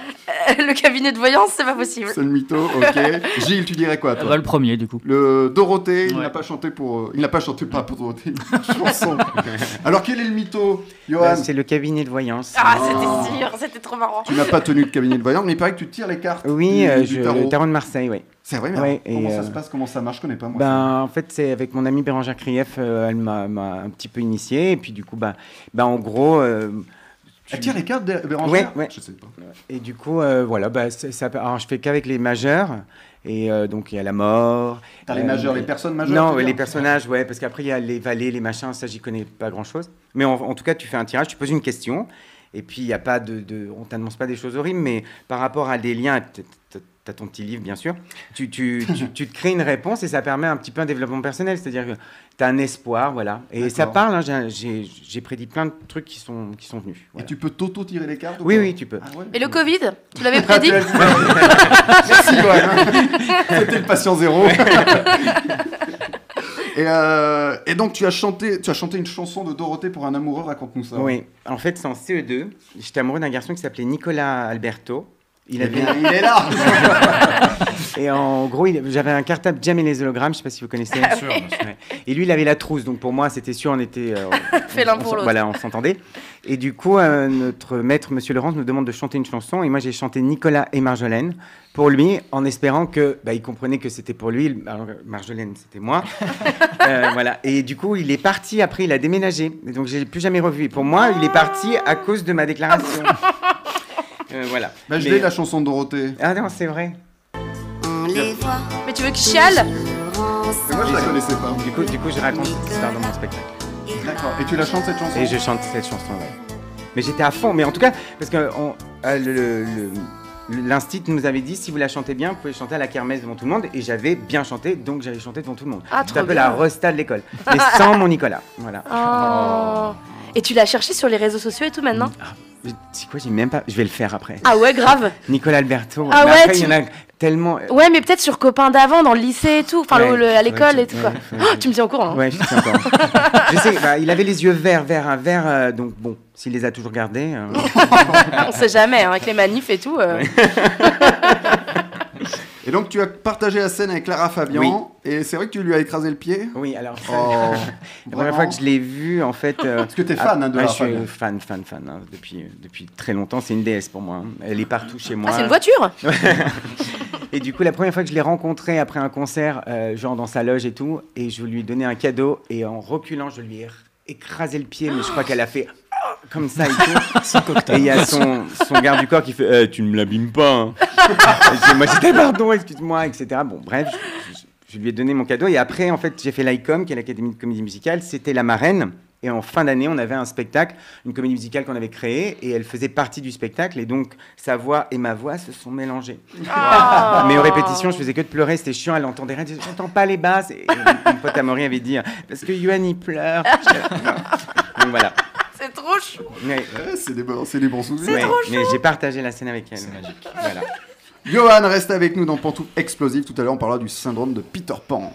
[SPEAKER 6] Euh, Le cabinet de voyance, c'est pas possible.
[SPEAKER 2] c'est le mytho, ok. Gilles, tu dirais quoi
[SPEAKER 4] Ah
[SPEAKER 2] toi
[SPEAKER 4] bah, le premier, du coup.
[SPEAKER 2] Le Dorothée, il
[SPEAKER 4] Ouais.
[SPEAKER 2] n'a pas chanté pour. euh, il n'a pas chanté pas pour Dorothée, une chanson. Alors quel est le mytho, Johan
[SPEAKER 3] Bah, C'est le cabinet de voyance.
[SPEAKER 6] Ah, c'était sûr, c'était trop marrant.
[SPEAKER 2] Ah. Tu n'as pas tenu le cabinet de voyant, mais il paraît que tu tires les cartes.
[SPEAKER 3] Oui,
[SPEAKER 2] du-
[SPEAKER 3] euh,
[SPEAKER 2] du
[SPEAKER 3] je-
[SPEAKER 2] tarot.
[SPEAKER 3] le tarot de Marseille, oui.
[SPEAKER 2] C'est vrai, mais
[SPEAKER 3] Ouais,
[SPEAKER 2] alors, comment
[SPEAKER 3] et,
[SPEAKER 2] ça
[SPEAKER 3] euh,
[SPEAKER 2] se passe, comment ça marche Je connais pas moi.
[SPEAKER 3] Ben, en fait, c'est avec mon amie Bérangère Krief, euh, elle m'a m'a un petit peu initié. Et puis, du coup, ben, ben, en gros. euh,
[SPEAKER 2] ça. Elle tire les cartes, Bé-
[SPEAKER 3] Ouais,
[SPEAKER 2] Bérangère
[SPEAKER 3] ouais.
[SPEAKER 2] Je sais pas.
[SPEAKER 3] Et du coup, euh, voilà, bah, c'est- ça, alors, je fais qu'avec les majeurs. Et euh, donc, il y a la mort.
[SPEAKER 2] T'as les
[SPEAKER 3] euh,
[SPEAKER 2] majeurs, les personnes majeures tu
[SPEAKER 3] Non,
[SPEAKER 2] veux
[SPEAKER 3] les
[SPEAKER 2] dire
[SPEAKER 3] personnages, ouais, parce qu'après, il y a les valets, les machins, ça, j'y connais pas grand-chose. Mais en, en tout cas, tu fais un tirage, tu poses une question. Et puis, il y a pas de, de- on t'annonce pas des choses horribles, mais par rapport à des liens, t- t- t'as ton petit livre, bien sûr, tu, tu, tu- tu te crées une réponse et ça permet un petit peu un développement personnel. C'est-à-dire que t'as un espoir, voilà. Et ça
[SPEAKER 2] D'accord.
[SPEAKER 3] parle, hein, j'ai- j'ai j'ai prédit plein de trucs qui sont, qui sont venus.
[SPEAKER 2] Et
[SPEAKER 3] voilà.
[SPEAKER 2] tu peux t'auto-tirer les cartes ou
[SPEAKER 3] Oui,
[SPEAKER 2] pas
[SPEAKER 3] oui, tu peux.
[SPEAKER 2] Ah ouais.
[SPEAKER 6] Et le Covid, tu l'avais
[SPEAKER 2] Ah, tu
[SPEAKER 6] prédit
[SPEAKER 2] l'as dit. Merci, Johan. C'était le patient zéro. Et, euh, et donc tu as chanté, tu as chanté une chanson de Dorothée pour un amoureux. Raconte-nous ça.
[SPEAKER 3] Oui, en fait, c'est en CE2. J'étais amoureux d'un garçon qui s'appelait Nicolas Alberto. Il
[SPEAKER 5] Eh
[SPEAKER 2] Il,
[SPEAKER 3] avait,
[SPEAKER 2] est- il est là.
[SPEAKER 3] et en gros, il- j'avais un cartable Jam et les hologrammes, je sais pas si vous connaissez.
[SPEAKER 6] Ah
[SPEAKER 5] sûr, bien
[SPEAKER 3] Ouais. Et lui, il avait la trousse, donc pour moi, c'était sûr, on était. euh, on-
[SPEAKER 6] Fais l'un
[SPEAKER 3] on
[SPEAKER 6] pour
[SPEAKER 3] s'en-
[SPEAKER 6] l'autre.
[SPEAKER 3] Voilà, on s'entendait. Et du coup, euh, notre maître, Monsieur Laurence, nous demande de chanter une chanson. Et moi, j'ai chanté Nicolas et Marjolaine pour lui, en espérant que, bah, il comprenait que c'était pour lui. Alors, Marjolaine, c'était moi. Euh, voilà. Et du coup, il est parti. Après, il a déménagé. Et donc, j'ai plus jamais revu. Et pour moi, il est parti à cause de ma déclaration.
[SPEAKER 6] Ah
[SPEAKER 3] Euh, voilà.
[SPEAKER 2] Bah, je
[SPEAKER 3] Mais-
[SPEAKER 2] l'ai la chanson de Dorothée.
[SPEAKER 3] Ah non, c'est vrai.
[SPEAKER 10] On les voit
[SPEAKER 6] Mais tu veux que je chiale
[SPEAKER 10] toujours
[SPEAKER 2] Mais moi je la
[SPEAKER 10] ensemble.
[SPEAKER 2] connaissais pas.
[SPEAKER 3] Du coup, du coup, je raconte cette histoire dans mon spectacle.
[SPEAKER 2] D'accord. Et tu la chantes cette chanson
[SPEAKER 3] Et je chante cette chanson, ouais. Mais j'étais à fond. Mais en tout cas, parce que on- euh, le- le- le- l'instit nous avait dit si vous la chantez bien, vous pouvez chanter à la kermesse devant tout le monde. Et j'avais bien chanté, donc j'avais chanté devant tout le monde.
[SPEAKER 6] Ah,
[SPEAKER 3] C'est
[SPEAKER 6] trop
[SPEAKER 3] un peu
[SPEAKER 6] bien.
[SPEAKER 3] la resta de l'école. Mais sans mon Nicolas. Voilà.
[SPEAKER 6] Oh. Et tu l'as cherché sur les réseaux sociaux et tout maintenant
[SPEAKER 3] Ah. C'est quoi, j'ai même pas. Je vais le faire après.
[SPEAKER 6] Ah ouais, grave.
[SPEAKER 3] Nicolas Alberto.
[SPEAKER 6] Ah
[SPEAKER 3] mais
[SPEAKER 6] ouais,
[SPEAKER 3] après, il y
[SPEAKER 6] tu-
[SPEAKER 3] en a tellement. euh,
[SPEAKER 6] Euh. Ouais, mais peut-être sur copains d'avant, dans le lycée et tout, enfin
[SPEAKER 3] Ouais.
[SPEAKER 6] le- le- à l'école
[SPEAKER 3] Ouais,
[SPEAKER 6] et tout quoi.
[SPEAKER 3] ouais, ouais,
[SPEAKER 6] Oh,
[SPEAKER 3] ouais.
[SPEAKER 6] tu me tiens au courant. hein.
[SPEAKER 3] Ouais, je suis sympa. je sais, bah, il avait les yeux verts, verts, un vert. euh, donc bon, s'il les a toujours gardés. euh,
[SPEAKER 6] On sait jamais, hein, avec les manifs et tout. euh.
[SPEAKER 2] Et donc tu as partagé la scène avec Lara Fabian. Et c'est vrai que tu lui as écrasé le pied.
[SPEAKER 3] Oui, alors. ça-
[SPEAKER 2] Oh.
[SPEAKER 3] La première fois que je l'ai vue, en fait. euh,
[SPEAKER 2] Parce que t'es fan, hein, de
[SPEAKER 3] ah,
[SPEAKER 2] Lara
[SPEAKER 3] Je suis
[SPEAKER 2] Fabian.
[SPEAKER 3] fan, fan, fan. hein, depuis, depuis très longtemps, c'est une déesse pour moi. hein. Elle est partout chez moi.
[SPEAKER 6] Ah, c'est une voiture
[SPEAKER 3] Et du coup, la première fois que je l'ai rencontrée après un concert, euh, genre dans sa loge et tout, et je lui ai donné un cadeau, et en reculant, je lui ai écrasé le pied, mais je crois qu'elle a fait Ah comme ça et tout. Et il y a son, son garde du corps qui fait Eh, Tu ne me l'abîmes pas. hein. Et je dis, Moi, j'étais pardon, excuse-moi, etc. Bon, bref, je, je- je lui ai donné mon cadeau, et après, en fait, j'ai fait l'ICOM, qui est l'Académie de comédie musicale, c'était la marraine. Et en fin d'année, on avait un spectacle, une comédie musicale qu'on avait créée, et elle faisait partie du spectacle, et donc sa voix et ma voix se sont mélangées.
[SPEAKER 6] Ah.
[SPEAKER 3] Mais aux répétitions, je faisais que de pleurer, c'était chiant, elle entendait rien, elle disait J'entends pas les basses. Et mon pote Amaury avait dit hein, Parce que Yohan il pleure. Donc voilà.
[SPEAKER 6] C'est trop chou
[SPEAKER 3] Mais,
[SPEAKER 2] Ouais, Eh, c'est des bons, c'est des bons souvenirs.
[SPEAKER 3] mais- mais j'ai partagé la scène avec elle.
[SPEAKER 5] C'est magique.
[SPEAKER 3] Voilà.
[SPEAKER 2] Johan reste avec nous dans Pantouf Explosif. Tout à l'heure, on parlera du syndrome de Peter Pan.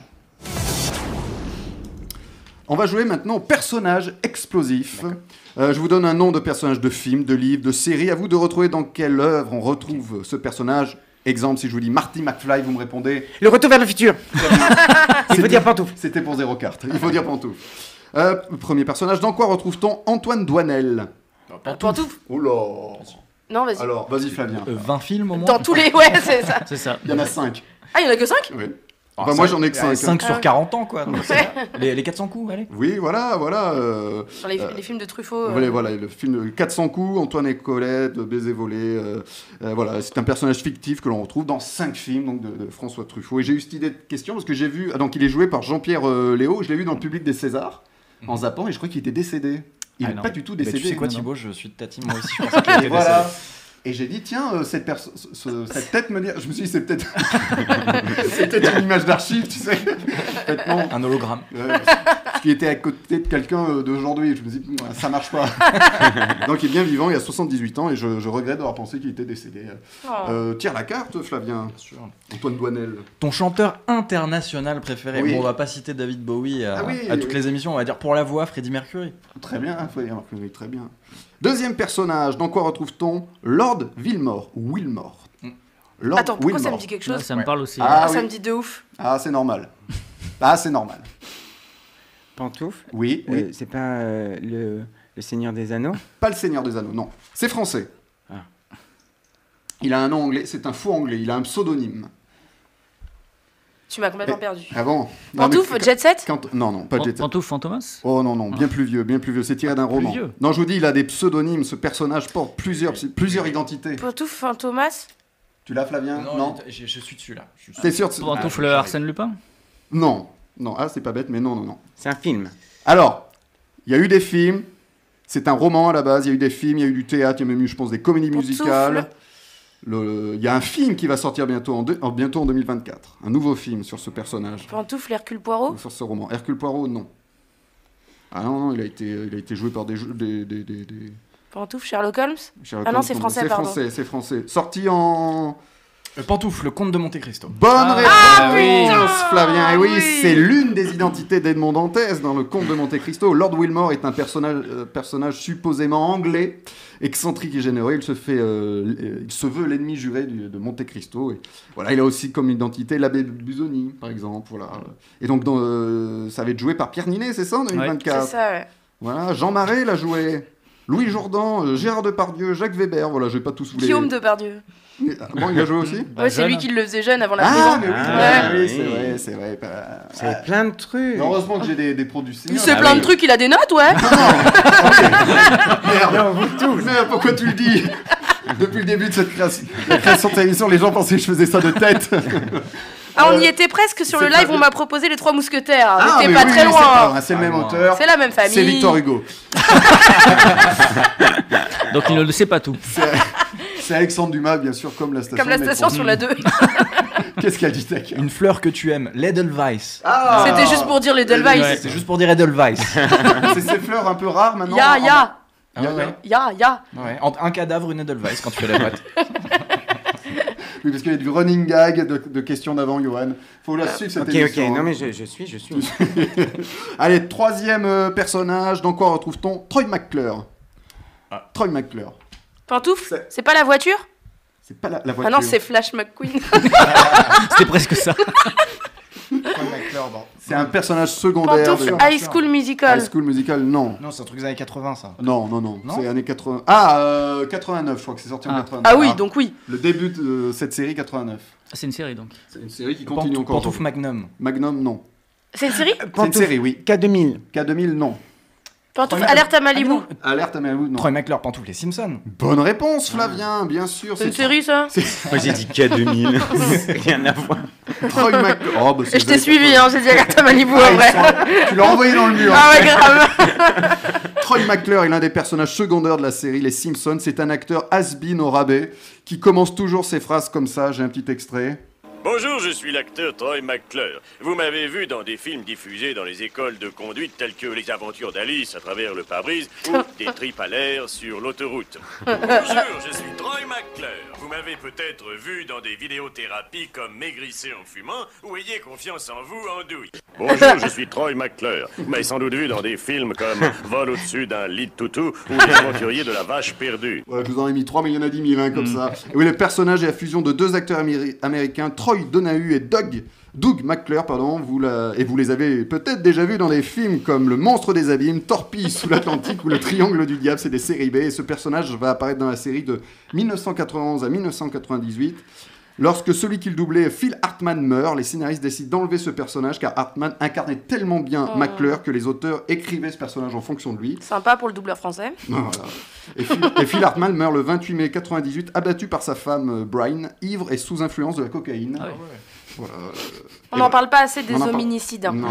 [SPEAKER 2] On va jouer maintenant au personnage explosif. Euh, je vous donne un nom de personnage de film, de livre, de série. À vous de retrouver dans quelle œuvre on retrouve ce personnage. Exemple, si je vous dis Marty McFly, vous me répondez
[SPEAKER 3] Le retour vers le futur. Il
[SPEAKER 2] C'était-
[SPEAKER 3] faut dire pantoufle.
[SPEAKER 2] C'était pour zéro carte. Il faut dire Pantouf. Euh, premier personnage, dans quoi retrouve-t-on Antoine Douanel
[SPEAKER 6] Pantouf.
[SPEAKER 2] Oula.
[SPEAKER 6] Non, vas-y.
[SPEAKER 2] Alors, vas-y Flavien.
[SPEAKER 5] 20 Euh, films au moins
[SPEAKER 6] Dans tous les. Ouais, c'est ça.
[SPEAKER 5] C'est ça.
[SPEAKER 2] Il y en a 5.
[SPEAKER 6] Ah, il y en a que 5
[SPEAKER 2] Oui. Enfin, moi j'en ai que 5.
[SPEAKER 5] 5
[SPEAKER 6] Ah
[SPEAKER 5] sur
[SPEAKER 6] ouais.
[SPEAKER 5] 40 ans, quoi. donc
[SPEAKER 2] Ouais.
[SPEAKER 5] c'est pas- les, les 400 coups, allez.
[SPEAKER 2] Oui, voilà, voilà. euh,
[SPEAKER 6] Dans les,
[SPEAKER 2] euh,
[SPEAKER 6] les films de Truffaut. euh,
[SPEAKER 2] Voilà, voilà, le film de 400 coups, Antoine et Colette, Baiser volé. euh, euh, voilà, c'est un personnage fictif que l'on retrouve dans cinq films donc, de, de François Truffaut. Et j'ai eu cette idée de question parce que j'ai vu. ah, donc, il est joué par Jean-Pierre euh, Léo. Je l'ai vu
[SPEAKER 5] Mm.
[SPEAKER 2] dans le public des Césars en zappant et je crois qu'il était décédé. Il
[SPEAKER 5] Ah,
[SPEAKER 2] n'est
[SPEAKER 5] non.
[SPEAKER 2] pas du tout
[SPEAKER 5] Bah,
[SPEAKER 2] décédé.
[SPEAKER 5] tu sais quoi,
[SPEAKER 2] non, non.
[SPEAKER 5] Thibaut, je suis de ta team, moi aussi. Je pensais qu'il
[SPEAKER 2] Et
[SPEAKER 5] était
[SPEAKER 2] voilà.
[SPEAKER 5] décédé.
[SPEAKER 2] Et j'ai dit, tiens, euh, cette, perso- ce- ce- cette tête me dit. Je me suis dit, c'est peut-être c'est peut-être une image d'archive, tu sais. En fait, non.
[SPEAKER 5] Un hologramme.
[SPEAKER 2] Ouais, parce qu'il était à côté de quelqu'un euh, d'aujourd'hui. Je me dis, Mouah, ça marche pas. Donc il est bien vivant, il a 78 ans et je, je regrette d'avoir pensé qu'il était décédé.
[SPEAKER 6] oh.
[SPEAKER 2] Euh, tire la carte, Flavien. Antoine Douanel.
[SPEAKER 5] Ton chanteur international préféré.
[SPEAKER 2] Oui.
[SPEAKER 5] Bon, on va pas citer David Bowie à,
[SPEAKER 2] Ah oui,
[SPEAKER 5] à toutes
[SPEAKER 2] oui.
[SPEAKER 5] les émissions. On va dire pour la voix, Freddie Mercury.
[SPEAKER 2] Très bien, hein, Flavien Marconi, très bien. Deuxième personnage, dans quoi retrouve-t-on Lord Wilmore. Wilmore.
[SPEAKER 5] Mm.
[SPEAKER 2] Lord
[SPEAKER 6] Attends, pourquoi ça me
[SPEAKER 2] Wilmore.
[SPEAKER 6] dit quelque
[SPEAKER 4] Là,
[SPEAKER 6] chose
[SPEAKER 4] ça me
[SPEAKER 5] Ouais.
[SPEAKER 4] parle aussi.
[SPEAKER 2] Ah,
[SPEAKER 6] Ah, Ça
[SPEAKER 2] oui.
[SPEAKER 6] me dit de ouf.
[SPEAKER 2] Ah, c'est normal. Ah, c'est normal.
[SPEAKER 3] Pantouf,
[SPEAKER 2] Oui, oui.
[SPEAKER 3] euh, c'est pas euh, le, le Seigneur des Anneaux
[SPEAKER 2] Pas le Seigneur des Anneaux, non. C'est français.
[SPEAKER 3] Ah.
[SPEAKER 2] Il a un nom anglais, c'est un faux anglais, il a un pseudonyme.
[SPEAKER 6] Tu m'as complètement
[SPEAKER 2] Eh,
[SPEAKER 6] perdu.
[SPEAKER 2] Ah bon Non, mais
[SPEAKER 6] Pantouf,
[SPEAKER 2] quand-
[SPEAKER 6] Jet Set
[SPEAKER 2] quand- Non, non, pas
[SPEAKER 4] Pan-
[SPEAKER 2] Jet Set.
[SPEAKER 4] Pantouf Fantomas Ah.
[SPEAKER 2] Oh non, non, bien plus vieux, bien plus vieux. C'est tiré d'un
[SPEAKER 4] plus
[SPEAKER 2] roman.
[SPEAKER 4] vieux.
[SPEAKER 2] Non, je vous dis, il a des pseudonymes. Ce personnage porte plusieurs, plusieurs identités.
[SPEAKER 6] Pantouf, Fantomas
[SPEAKER 2] Tu l'as, Flavien
[SPEAKER 5] Je, je suis dessus là. Je suis dessus.
[SPEAKER 2] T'es sûr de ce-
[SPEAKER 4] Pantouf
[SPEAKER 5] Ah,
[SPEAKER 4] le
[SPEAKER 5] j'arrive.
[SPEAKER 4] Arsène Lupin
[SPEAKER 2] Non, non. Ah, c'est pas bête, mais non, non, non.
[SPEAKER 3] C'est un film.
[SPEAKER 2] Alors, il y a eu des films. C'est un roman à la base. Il y a eu des films, il y a eu du théâtre, il y a même eu, je pense, des comédies
[SPEAKER 6] Pantoufle.
[SPEAKER 2] musicales. Le- Il y a un film qui va sortir bientôt en, deux- en- bientôt en 2024. Un nouveau film sur ce personnage,
[SPEAKER 6] Pantouf, Hercule Poirot
[SPEAKER 2] sur ce roman. Hercule Poirot, non. Ah non, non, il a été, il a été joué par des, jou- des- des- des- des,
[SPEAKER 6] Pantouf, Sherlock Holmes
[SPEAKER 2] Sherlock
[SPEAKER 6] Ah non,
[SPEAKER 2] Holmes,
[SPEAKER 6] c'est
[SPEAKER 2] non,
[SPEAKER 6] français,
[SPEAKER 2] C'est
[SPEAKER 6] pardon.
[SPEAKER 2] français, c'est français. Sorti en
[SPEAKER 5] Le Euh, pantoufle, le comte de Monte Cristo.
[SPEAKER 2] bonne
[SPEAKER 4] Ah,
[SPEAKER 2] réponse,
[SPEAKER 4] ah oui.
[SPEAKER 2] Flavien. Et oui,
[SPEAKER 6] oui.
[SPEAKER 2] c'est l'une des identités d'Edmond Dantès dans le Comte de Monte Cristo. Lord Wilmore est un personnage, euh, personnage supposément anglais, excentrique et généreux. Il se fait, euh, l- euh, il se veut l'ennemi juré du- de Monte Cristo. Et voilà, il a aussi comme identité l'abbé Busoni, par exemple. Voilà. Et donc, dans, euh, ça va être joué par Pierre Ninet, c'est ça, en
[SPEAKER 6] C'est
[SPEAKER 2] 2024.
[SPEAKER 6] ça, ouais.
[SPEAKER 2] Voilà, Jean Marais l'a joué. Louis Jourdan, euh, Gérard Depardieu, Jacques Weber, voilà, je vais pas tous vous les...
[SPEAKER 6] Guillaume Depardieu.
[SPEAKER 2] Ah Bon, il a joué aussi
[SPEAKER 4] Bah,
[SPEAKER 6] Ouais, c'est
[SPEAKER 4] jeune.
[SPEAKER 6] lui qui le faisait jeune avant la
[SPEAKER 2] Ah,
[SPEAKER 6] prison.
[SPEAKER 2] mais oui,
[SPEAKER 3] Ah,
[SPEAKER 2] oui,
[SPEAKER 3] oui.
[SPEAKER 2] c'est vrai, c'est vrai. bah,
[SPEAKER 3] C'est plein de trucs.
[SPEAKER 2] Heureusement que j'ai des, des productions.
[SPEAKER 6] Il se plaint de trucs, il a des notes, ouais.
[SPEAKER 2] Ah, Merde, Merde, pourquoi tu le dis Depuis le début de cette création, la création de ta émission, les gens pensaient que je faisais ça de tête.
[SPEAKER 6] Ah, on y était presque sur
[SPEAKER 2] c'est
[SPEAKER 6] le
[SPEAKER 2] pas
[SPEAKER 6] live,
[SPEAKER 2] vrai.
[SPEAKER 6] on m'a proposé les trois mousquetaires.
[SPEAKER 2] Ah,
[SPEAKER 6] T'es
[SPEAKER 2] mais
[SPEAKER 6] pas
[SPEAKER 2] oui,
[SPEAKER 6] très
[SPEAKER 2] oui, C'est pas
[SPEAKER 6] loin.
[SPEAKER 2] vrai, c'est le
[SPEAKER 5] Ah,
[SPEAKER 2] même
[SPEAKER 5] non.
[SPEAKER 2] auteur.
[SPEAKER 6] C'est la même famille.
[SPEAKER 2] C'est Victor Hugo.
[SPEAKER 4] Donc il ne le sait pas tout.
[SPEAKER 2] C'est Alexandre Dumas, Ah, bien sûr, comme la station.
[SPEAKER 6] Comme la
[SPEAKER 2] de métro.
[SPEAKER 6] station sur la 2.
[SPEAKER 2] Qu'est-ce qu'elle dit, Tech
[SPEAKER 5] Une fleur que tu aimes, l'Edelweiss.
[SPEAKER 2] Ah
[SPEAKER 6] C'était juste pour dire les Delvice.
[SPEAKER 4] Ouais.
[SPEAKER 5] C'est juste pour dire Edelweiss.
[SPEAKER 2] C'est ces fleurs un peu rares maintenant.
[SPEAKER 6] Ya,
[SPEAKER 2] en-
[SPEAKER 6] ya,
[SPEAKER 5] Ah
[SPEAKER 2] Ya,
[SPEAKER 5] ouais.
[SPEAKER 2] ya.
[SPEAKER 6] ya, ya.
[SPEAKER 5] Ouais, entre un cadavre, une Edelweiss quand tu fais la boîte.
[SPEAKER 2] Oui, parce qu'il y a du running gag de, de questions d'avant, Johan. Faut la suivre cette
[SPEAKER 3] Ok, ok,
[SPEAKER 2] émission. hein.
[SPEAKER 3] non mais je, je suis, je suis.
[SPEAKER 2] Allez, troisième euh, personnage, dans quoi retrouve-t-on Troy McClure Troy McClure.
[SPEAKER 6] Pantouf,
[SPEAKER 2] C'est-
[SPEAKER 6] c'est pas la voiture
[SPEAKER 2] C'est pas la, la
[SPEAKER 6] Ah
[SPEAKER 2] voiture.
[SPEAKER 6] non, c'est Flash McQueen.
[SPEAKER 4] C'était presque ça.
[SPEAKER 5] Troy McClure, bon.
[SPEAKER 2] C'est un personnage secondaire.
[SPEAKER 6] Pantouf,
[SPEAKER 2] de-
[SPEAKER 6] High School Musical.
[SPEAKER 2] High School Musical, non.
[SPEAKER 5] Non, c'est un truc des années 80 ça.
[SPEAKER 2] Non, non, non.
[SPEAKER 5] Non
[SPEAKER 2] c'est années 80. Ah, euh, 89, je crois que c'est sorti en
[SPEAKER 4] Ah.
[SPEAKER 2] 89.
[SPEAKER 6] Ah oui, donc oui.
[SPEAKER 2] Le début de cette série, 89.
[SPEAKER 4] Ah, C'est une série donc.
[SPEAKER 2] C'est une série qui
[SPEAKER 5] Pantouf- Pantouf Magnum.
[SPEAKER 2] Magnum, non.
[SPEAKER 6] C'est une série
[SPEAKER 2] C'est une série, oui.
[SPEAKER 3] K2000.
[SPEAKER 2] K2000, non.
[SPEAKER 6] Pantouf,
[SPEAKER 5] Troy-
[SPEAKER 6] Alerte à
[SPEAKER 5] Ah,
[SPEAKER 6] Malibu.
[SPEAKER 5] non.
[SPEAKER 2] Alerte à Malibu, non.
[SPEAKER 5] Troy McClure, Pantouf, les Simpsons.
[SPEAKER 2] Bonne réponse, Flavien, bien sûr.
[SPEAKER 6] C'est une série, ça
[SPEAKER 3] Moi j'ai dit K2000. Rien à voir.
[SPEAKER 2] Troy McClure. Oh, bah, c'est
[SPEAKER 6] Et je t'ai
[SPEAKER 2] vrai.
[SPEAKER 6] suivi, hein, j'ai dit Alerte à Malibu,
[SPEAKER 2] Ah,
[SPEAKER 6] en
[SPEAKER 2] ils
[SPEAKER 6] vrai.
[SPEAKER 2] sont là. Tu l'as envoyé dans le mur.
[SPEAKER 6] Ah ouais, grave.
[SPEAKER 2] Troy McClure est l'un des personnages secondaires de la série Les Simpsons. C'est un acteur has-been au rabais qui commence toujours ses phrases comme ça. J'ai un petit extrait.
[SPEAKER 11] Bonjour, je suis l'acteur Troy McClure. Vous m'avez vu dans des films diffusés dans les écoles de conduite tels que Les aventures d'Alice à travers le pare-brise ou Des tripes à l'air sur l'autoroute. Bonjour, je suis Troy McClure. Vous m'avez peut-être vu dans des vidéothérapies comme Maigrissez en fumant ou Ayez confiance en vous en douille. Bonjour, je suis Troy McClure. Vous m'avez sans doute vu dans des films comme Vol au-dessus d'un lit de toutou ou Les aventuriers de la vache perdue.
[SPEAKER 2] Voilà, je vous en ai mis trois, mais il y en a dix mille, hein, comme ça. Et oui, le personnage est la fusion de deux acteurs améri- américains, Troy Roy Donahue et Doug, Doug McClure, pardon, vous la- et vous les avez peut-être déjà vus dans des films comme Le Monstre des Abîmes, Torpille sous l'Atlantique ou Le Triangle du Diable, c'est des séries B, et ce personnage va apparaître dans la série de 1991 à 1998. Lorsque celui qu'il doublait, Phil Hartman, meurt, les scénaristes décident d'enlever ce personnage car Hartman incarnait tellement bien
[SPEAKER 6] Oh.
[SPEAKER 2] McClure que les auteurs écrivaient ce personnage en fonction de lui.
[SPEAKER 6] Sympa pour le doubleur français.
[SPEAKER 2] Ah, Voilà. Et, Phil, et Phil Hartman meurt le 28 mai 98, abattu par sa femme euh, Brian, ivre et sous influence de la cocaïne.
[SPEAKER 5] Ah
[SPEAKER 2] Voilà.
[SPEAKER 6] On
[SPEAKER 2] Et
[SPEAKER 6] n'en
[SPEAKER 2] voilà.
[SPEAKER 6] parle pas assez des
[SPEAKER 2] On en parle-
[SPEAKER 6] hominicides. hein.
[SPEAKER 2] Non.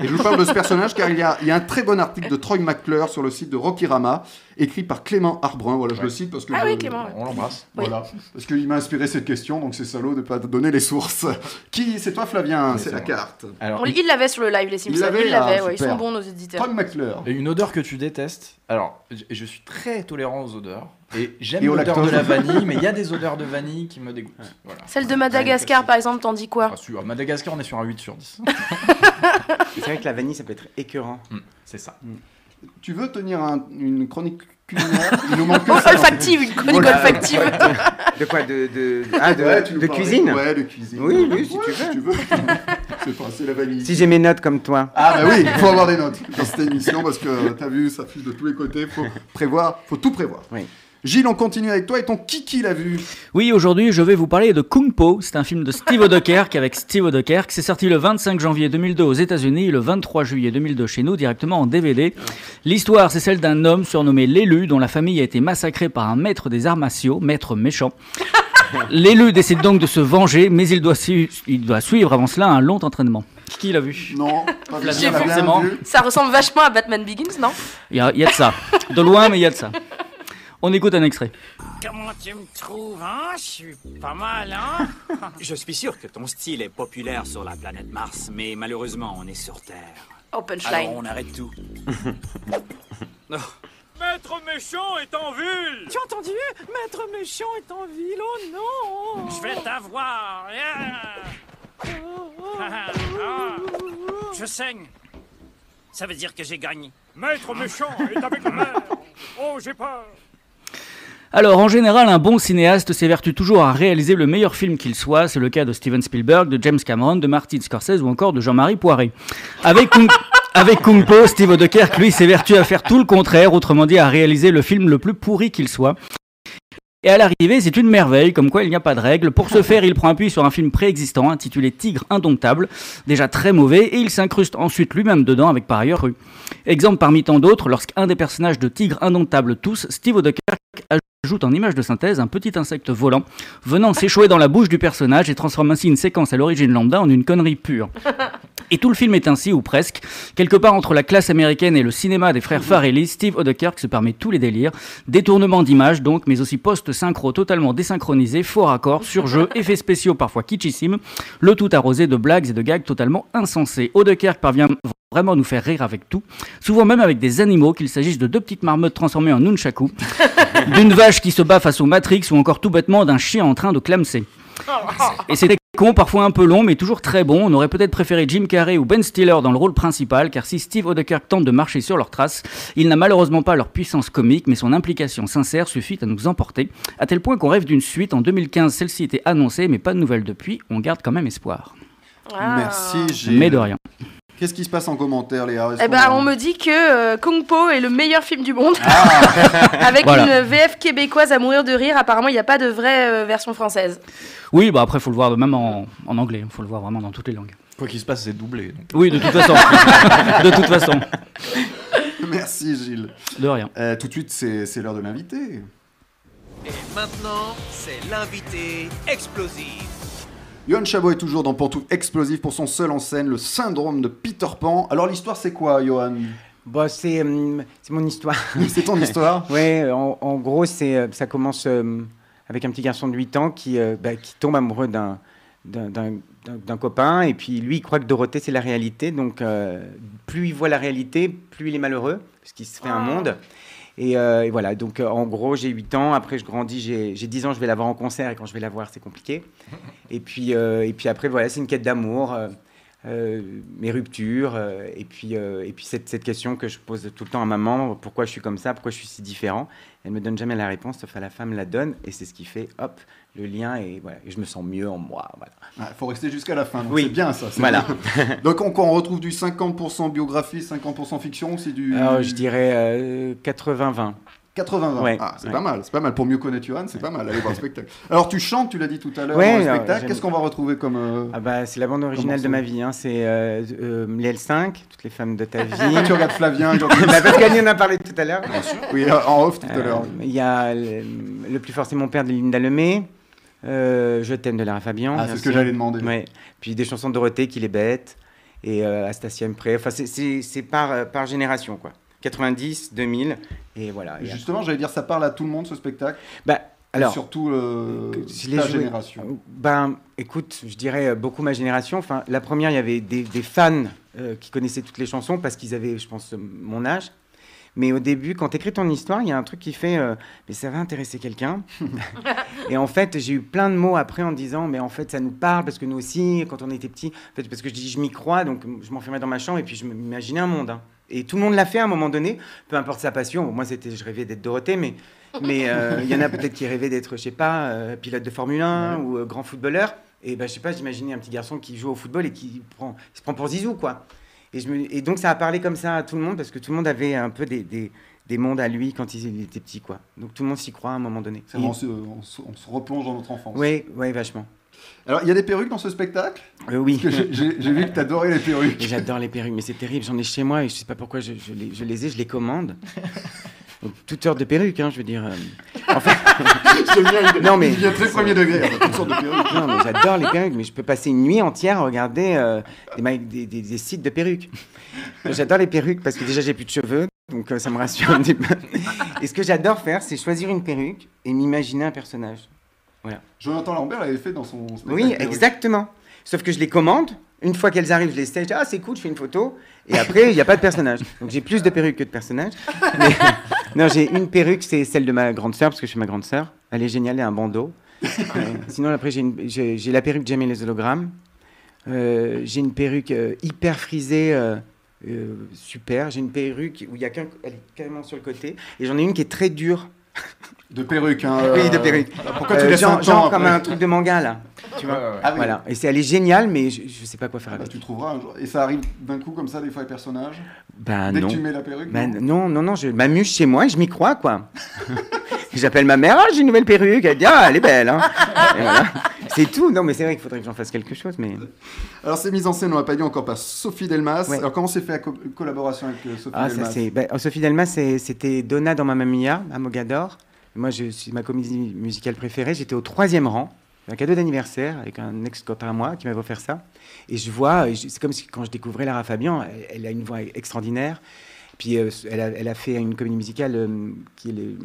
[SPEAKER 2] Et je vous parle de ce personnage car il y, a, il y a un très bon article de Troy McClure sur le site de Rocky Rama, écrit par Clément Arbrun. Voilà, je le cite parce que
[SPEAKER 6] Ah
[SPEAKER 2] je-
[SPEAKER 6] oui, Clément, ouais.
[SPEAKER 5] On l'embrasse.
[SPEAKER 6] Oui.
[SPEAKER 2] Voilà, parce qu'il m'a inspiré cette question, donc c'est salaud de pas te donner les sources. Qui C'est toi,
[SPEAKER 5] Oui,
[SPEAKER 2] Flavien, c'est
[SPEAKER 5] c'est
[SPEAKER 2] la
[SPEAKER 5] moi.
[SPEAKER 2] carte.
[SPEAKER 5] Alors,
[SPEAKER 6] On- Ils l'avaient sur le live, les Simpsons.
[SPEAKER 2] l'avaient,
[SPEAKER 6] Ils l'avaient,
[SPEAKER 2] ah,
[SPEAKER 6] ouais, ils
[SPEAKER 2] super.
[SPEAKER 6] sont bons, nos éditeurs.
[SPEAKER 2] Troy McClure.
[SPEAKER 5] Et une odeur que tu détestes. Alors, je- je suis très tolérant aux odeurs. Et j'aime
[SPEAKER 2] Et au
[SPEAKER 5] l'odeur de
[SPEAKER 2] lactose.
[SPEAKER 5] la vanille, mais il y a des odeurs de vanille qui me dégoûtent. Voilà.
[SPEAKER 6] Celle de Madagascar,
[SPEAKER 5] Ouais,
[SPEAKER 6] par exemple, t'en dis quoi
[SPEAKER 5] Ah, sur- à Madagascar, on est sur un 8 sur 10.
[SPEAKER 3] C'est vrai que la vanille, ça peut être Mm. écœurant.
[SPEAKER 5] C'est ça.
[SPEAKER 2] Tu veux tenir un- une chronique culinaire Il nous manque que ça.
[SPEAKER 6] Olfactive, une chronique
[SPEAKER 2] Voilà.
[SPEAKER 6] olfactive.
[SPEAKER 3] De quoi De, de, ah, de,
[SPEAKER 2] Ouais, tu nous
[SPEAKER 3] de
[SPEAKER 2] parlais-
[SPEAKER 3] cuisine
[SPEAKER 2] Ouais, de cuisine.
[SPEAKER 3] Oui, oui, si
[SPEAKER 2] Ouais,
[SPEAKER 3] tu veux.
[SPEAKER 2] c'est pas- c'est la vanille.
[SPEAKER 3] Si j'ai mes notes comme toi.
[SPEAKER 2] Ah bah oui, il faut avoir des notes dans cette émission parce que t'as vu, ça fuse de tous les côtés, faut prévoir, faut tout prévoir.
[SPEAKER 3] Oui.
[SPEAKER 2] Gilles, on continue avec toi et ton Kiki l'a vu.
[SPEAKER 4] Oui, aujourd'hui, je vais vous parler de Kung Po. C'est un film de Steve O'Doherty avec Steve O'Doherty. C'est sorti le 25 janvier 2002 aux États-Unis et le 23 juillet 2002 chez nous, directement en DVD. L'histoire, c'est celle d'un homme surnommé l'élu, dont la famille a été massacrée par un maître des arts martiaux, maître méchant. L'élu décide donc de se venger, mais il doit, su- il doit suivre avant cela un long entraînement. Qui l'a vu
[SPEAKER 2] Non, pas bien,
[SPEAKER 4] Flavien,
[SPEAKER 2] on l'a bien
[SPEAKER 4] forcément.
[SPEAKER 2] vu.
[SPEAKER 6] Ça ressemble vachement à Batman Begins, non
[SPEAKER 4] Il y, a- il y a de ça. De loin, mais il y a de ça. On écoute un extrait.
[SPEAKER 12] Comment tu me trouves, hein Je suis pas mal, hein
[SPEAKER 13] Je suis sûr que ton style est populaire sur la planète Mars, mais malheureusement, on est sur Terre.
[SPEAKER 6] Oh,
[SPEAKER 13] Alors
[SPEAKER 6] punchline.
[SPEAKER 13] on arrête tout.
[SPEAKER 12] Oh. Maître méchant est en ville Tu as entendu Maître méchant est en ville, oh non Je vais t'avoir yeah. Ah, ah. Je saigne Ça veut dire que j'ai gagné Maître méchant est avec le maire Oh, j'ai peur
[SPEAKER 4] Alors, en général, un bon cinéaste s'évertue toujours à réaliser le meilleur film qu'il soit. C'est le cas de Steven Spielberg, de James Cameron, de Martin Scorsese ou encore de Jean-Marie Poiré. Avec Kung, avec Kung Po, Steve Odekerk, lui, s'évertue à faire tout le contraire, autrement dit, à réaliser le film le plus pourri qu'il soit. Et à l'arrivée, c'est une merveille, comme quoi il n'y a pas de règle. Pour ce faire, il prend appui sur un film préexistant intitulé Tigre indomptable, déjà très mauvais, et il s'incruste ensuite lui-même dedans avec par ailleurs Rue. Exemple parmi tant d'autres, lorsqu'un des personnages de Tigre indomptable tous, Steve Odekerk ajoute en image de synthèse un petit insecte volant venant s'échouer dans la bouche du personnage et transforme ainsi une séquence à l'origine lambda en une connerie pure. Et tout le film est ainsi, ou presque. Quelque part entre la classe américaine et le cinéma des frères Farrelly, Steve Odekerk se permet tous les délires. Détournement d'images donc, mais aussi post-synchro totalement désynchronisé, faux raccords, surjeux, effets spéciaux parfois kitschissimes, le tout arrosé de blagues et de gags totalement insensés. Odekerk parvient vraiment nous faire rire avec tout, souvent même avec des animaux, qu'il s'agisse de deux petites marmottes transformées en nunchaku, d'une vache qui se bat face au Matrix ou encore tout bêtement d'un chien en train de clamser. Et c'était con, parfois un peu long, mais toujours très bon. On aurait peut-être préféré Jim Carrey ou Ben Stiller dans le rôle principal, car si Steve Odekerk tente de marcher sur leurs traces, il n'a malheureusement pas leur puissance comique, mais son implication sincère suffit à nous emporter, à tel point qu'on rêve d'une suite. En 2015, celle-ci était annoncée, mais pas de nouvelles depuis. On garde quand même espoir.
[SPEAKER 6] Ah.
[SPEAKER 2] Merci Gilles.
[SPEAKER 4] Mais de rien.
[SPEAKER 2] Qu'est-ce qui se passe en commentaire, Léa Est-ce
[SPEAKER 6] Eh ben,
[SPEAKER 2] qu'on-
[SPEAKER 6] on me dit que euh, Kung Po est le meilleur film du monde. Avec
[SPEAKER 4] Voilà.
[SPEAKER 6] une VF québécoise à mourir de rire. Apparemment, il n'y a pas de vraie euh, version française.
[SPEAKER 4] Oui, bah après, faut le voir même en, en anglais. Faut le voir vraiment dans toutes les langues.
[SPEAKER 5] Quoi qu'il se passe, c'est doublé. donc.
[SPEAKER 4] Oui, de toute façon. de toute façon.
[SPEAKER 2] Merci Gilles.
[SPEAKER 4] De rien.
[SPEAKER 2] Euh, tout de suite, c'est c'est l'heure de l'invité.
[SPEAKER 1] Et maintenant, c'est l'invité explosif.
[SPEAKER 2] Yoann Chabot est toujours dans Pantouf Explosif pour son seul en scène, le syndrome de Peter Pan. Alors l'histoire, c'est quoi, Johan
[SPEAKER 3] Bon, c'est hum, c'est mon histoire.
[SPEAKER 2] C'est ton histoire
[SPEAKER 3] Ouais, euh, en, en gros, c'est, euh, ça commence euh, avec un petit garçon de 8 ans qui, euh, bah, qui tombe amoureux d'un, d'un, d'un- d'un- d'un copain. Et puis, lui, il croit que Dorothée, c'est la réalité. Donc, euh, plus il voit la réalité, plus il est malheureux, parce qu'il se fait un monde. Et, euh, et voilà, donc euh, en gros, j'ai 8 ans. Après, je grandis, j'ai, j'ai 10 ans, je vais la voir en concert. Et quand je vais la voir, c'est compliqué. Et puis, euh, et puis après, voilà, c'est une quête d'amour. euh, euh, mes ruptures, euh, et puis, euh, et puis cette, cette question que je pose tout le temps à maman, pourquoi je suis comme ça, pourquoi je suis si différent. Elle me donne jamais la réponse, sauf à la femme la donne, et c'est ce qui fait, hop, le lien, et voilà, et je me sens mieux en moi. Voilà.
[SPEAKER 2] Il Ah, faut rester jusqu'à la fin. donc
[SPEAKER 3] Oui.
[SPEAKER 2] c'est bien ça. c'est
[SPEAKER 3] Voilà.
[SPEAKER 2] bien. donc on, on retrouve du 50% biographie, 50% fiction, c'est du.
[SPEAKER 3] Alors, Ah, je dirais euh, 80-20.
[SPEAKER 2] 80
[SPEAKER 3] Ouais.
[SPEAKER 2] Ah, c'est
[SPEAKER 3] Ouais.
[SPEAKER 2] pas mal, c'est pas mal. Pour mieux connaître Johan, c'est pas mal. Allez voir le spectacle. Alors, tu chantes, tu l'as dit tout à l'heure,
[SPEAKER 3] Ouais,
[SPEAKER 2] dans le
[SPEAKER 3] alors,
[SPEAKER 2] spectacle.
[SPEAKER 3] j'aime.
[SPEAKER 2] Qu'est-ce qu'on va retrouver comme. euh,
[SPEAKER 3] Ah bah, c'est la bande originale
[SPEAKER 2] Comment ça
[SPEAKER 3] de ma vie, hein. c'est euh, euh, les L5, toutes les femmes de ta vie.
[SPEAKER 2] Pourquoi tu regardes Flavien Jean-Claude
[SPEAKER 3] Bah, Parce qu'Annie en a parlé tout à l'heure.
[SPEAKER 2] Oui, euh, en off tout à
[SPEAKER 3] Euh,
[SPEAKER 2] l'heure.
[SPEAKER 3] Il y a le, Le plus fort, c'est mon père de Linda Lemay. Euh, je t'aime de Lara Fabian.
[SPEAKER 2] Ah,
[SPEAKER 3] bien
[SPEAKER 2] c'est ce
[SPEAKER 3] sûr.
[SPEAKER 2] que j'allais demander.
[SPEAKER 3] Ouais. Puis des chansons de Dorothée, Qu'il est bête. Et euh, Astacia Mpré. Enfin, c'est- c'est c'est par, euh, par génération, quoi. 90, 2000. Et voilà. Et
[SPEAKER 2] Justement, j'allais dire, ça parle à tout le monde ce spectacle.
[SPEAKER 3] Bah, alors-
[SPEAKER 2] Et surtout euh,
[SPEAKER 3] je l'ai
[SPEAKER 2] ta
[SPEAKER 3] joué.
[SPEAKER 2] génération.
[SPEAKER 3] Ben, écoute, je dirais euh, beaucoup ma génération. Enfin, la première, il y avait des, des fans euh, qui connaissaient toutes les chansons parce qu'ils avaient, je pense, euh, mon âge. Mais au début, quand tu écris ton histoire, il y a un truc qui fait euh, Mais ça va intéresser quelqu'un. et en fait, j'ai eu plein de mots après en disant Mais en fait, ça nous parle parce que nous aussi, quand on était petits, en fait, parce que je dis Je m'y crois, donc je m'enfermais dans ma chambre et puis je m'imaginais un monde. hein. Et tout le monde l'a fait à un moment donné, peu importe sa passion. Bon, moi, c'était, je rêvais d'être Dorothée, mais mais euh, il y en a peut-être qui rêvaient d'être, je sais pas, euh, pilote de Formule 1 ou euh, grand footballeur. Et ben, je sais pas, j'imaginais un petit garçon qui joue au football et qui prend, il se prend pour Zizou, quoi. Et, je me- et donc, ça a parlé comme ça à tout le monde parce que tout le monde avait un peu des, des, des mondes à lui quand il était petit, quoi. Donc, tout le monde s'y croit à un moment donné.
[SPEAKER 2] C'est vraiment, on, se, on se- on se replonge dans notre enfance.
[SPEAKER 3] Oui, oui, vachement.
[SPEAKER 2] Alors, il y a des perruques dans ce spectacle
[SPEAKER 3] Euh, oui.
[SPEAKER 2] Parce que j'ai- j'ai j'ai vu que t'adorais les perruques.
[SPEAKER 3] Et J'adore les perruques, mais c'est terrible. J'en ai chez moi et je sais pas pourquoi je, je les, je les ai, je les commande. Donc, toute sorte de perruques, hein, je veux dire. euh, enfin-
[SPEAKER 2] J'aime bien l'idée.
[SPEAKER 3] non mais
[SPEAKER 2] Il y a très premier degré, hein, toutes sortes de perruques.
[SPEAKER 3] Non mais j'adore les perruques, mais je peux passer une nuit entière à regarder euh, des, ma- des- des- des sites de perruques. J'adore les perruques parce que déjà j'ai plus de cheveux, donc euh, ça me rassure un petit peu. Et ce que j'adore faire, c'est choisir une perruque et m'imaginer un personnage. Voilà.
[SPEAKER 2] Jonathan Lambert l'avait fait dans son spectacle.
[SPEAKER 3] Oui,
[SPEAKER 2] perruque.
[SPEAKER 3] exactement. Sauf que je les commande. Une fois qu'elles arrivent, je les stage. Ah, c'est cool, je fais une photo. Et après, il n'y a pas de personnage. Donc j'ai plus de perruques que de personnages. Mais- non, j'ai une perruque, c'est celle de ma grande sœur, parce que je suis ma grande sœur. Elle est géniale, elle a un bandeau. Euh, sinon, après, j'ai une- j'ai j'ai la perruque de Jamie les hologrammes. Euh, j'ai une perruque euh, hyper frisée, euh, euh, super. J'ai une perruque où il y a qu'un, elle est carrément sur le côté. Et j'en ai une qui est très dure.
[SPEAKER 2] De perruque, hein.
[SPEAKER 3] Oui, de
[SPEAKER 2] euh,
[SPEAKER 3] perruque.
[SPEAKER 2] alors pourquoi tu laisses
[SPEAKER 3] genre,
[SPEAKER 2] un temps
[SPEAKER 3] genre comme
[SPEAKER 2] après
[SPEAKER 3] un truc de manga, là. Tu vois
[SPEAKER 2] Ouais, ouais, ouais. Ah oui.
[SPEAKER 3] Voilà. Et c'est, elle est géniale, mais je, je sais pas quoi faire
[SPEAKER 2] Bah,
[SPEAKER 3] avec.
[SPEAKER 2] tu trouveras un jour. Et ça arrive d'un coup comme ça, des fois, les personnages
[SPEAKER 3] Bah
[SPEAKER 2] Dès
[SPEAKER 3] non.
[SPEAKER 2] que tu mets la perruque
[SPEAKER 3] Bah, non, non, non, je m'amuse chez moi et je m'y crois, quoi. J'appelle ma mère, ah, j'ai une nouvelle perruque. Elle dit, ah, elle est belle. hein. Et voilà. C'est tout. Non, mais c'est vrai qu'il faudrait que j'en fasse quelque chose, mais.
[SPEAKER 2] Alors, c'est mise en scène, on l'a pas dit encore, par Sophie Delmas. Alors, comment s'est fait la co- collaboration avec euh, Sophie
[SPEAKER 3] Ah, ça,
[SPEAKER 2] Delmas
[SPEAKER 3] c'est. bah, oh, Sophie Delmas, c'est- c'était Donna dans Mamma Mia à Mogador. Moi, je suis ma comédie musicale préférée. J'étais au troisième rang. Un cadeau d'anniversaire avec un ex-copain à moi qui m'avait offert ça. Et je vois, et je- c'est comme si quand je découvrais Lara Fabian, elle, elle a une voix extraordinaire. Puis euh, elle, a, elle a fait une comédie musicale euh, qui est le-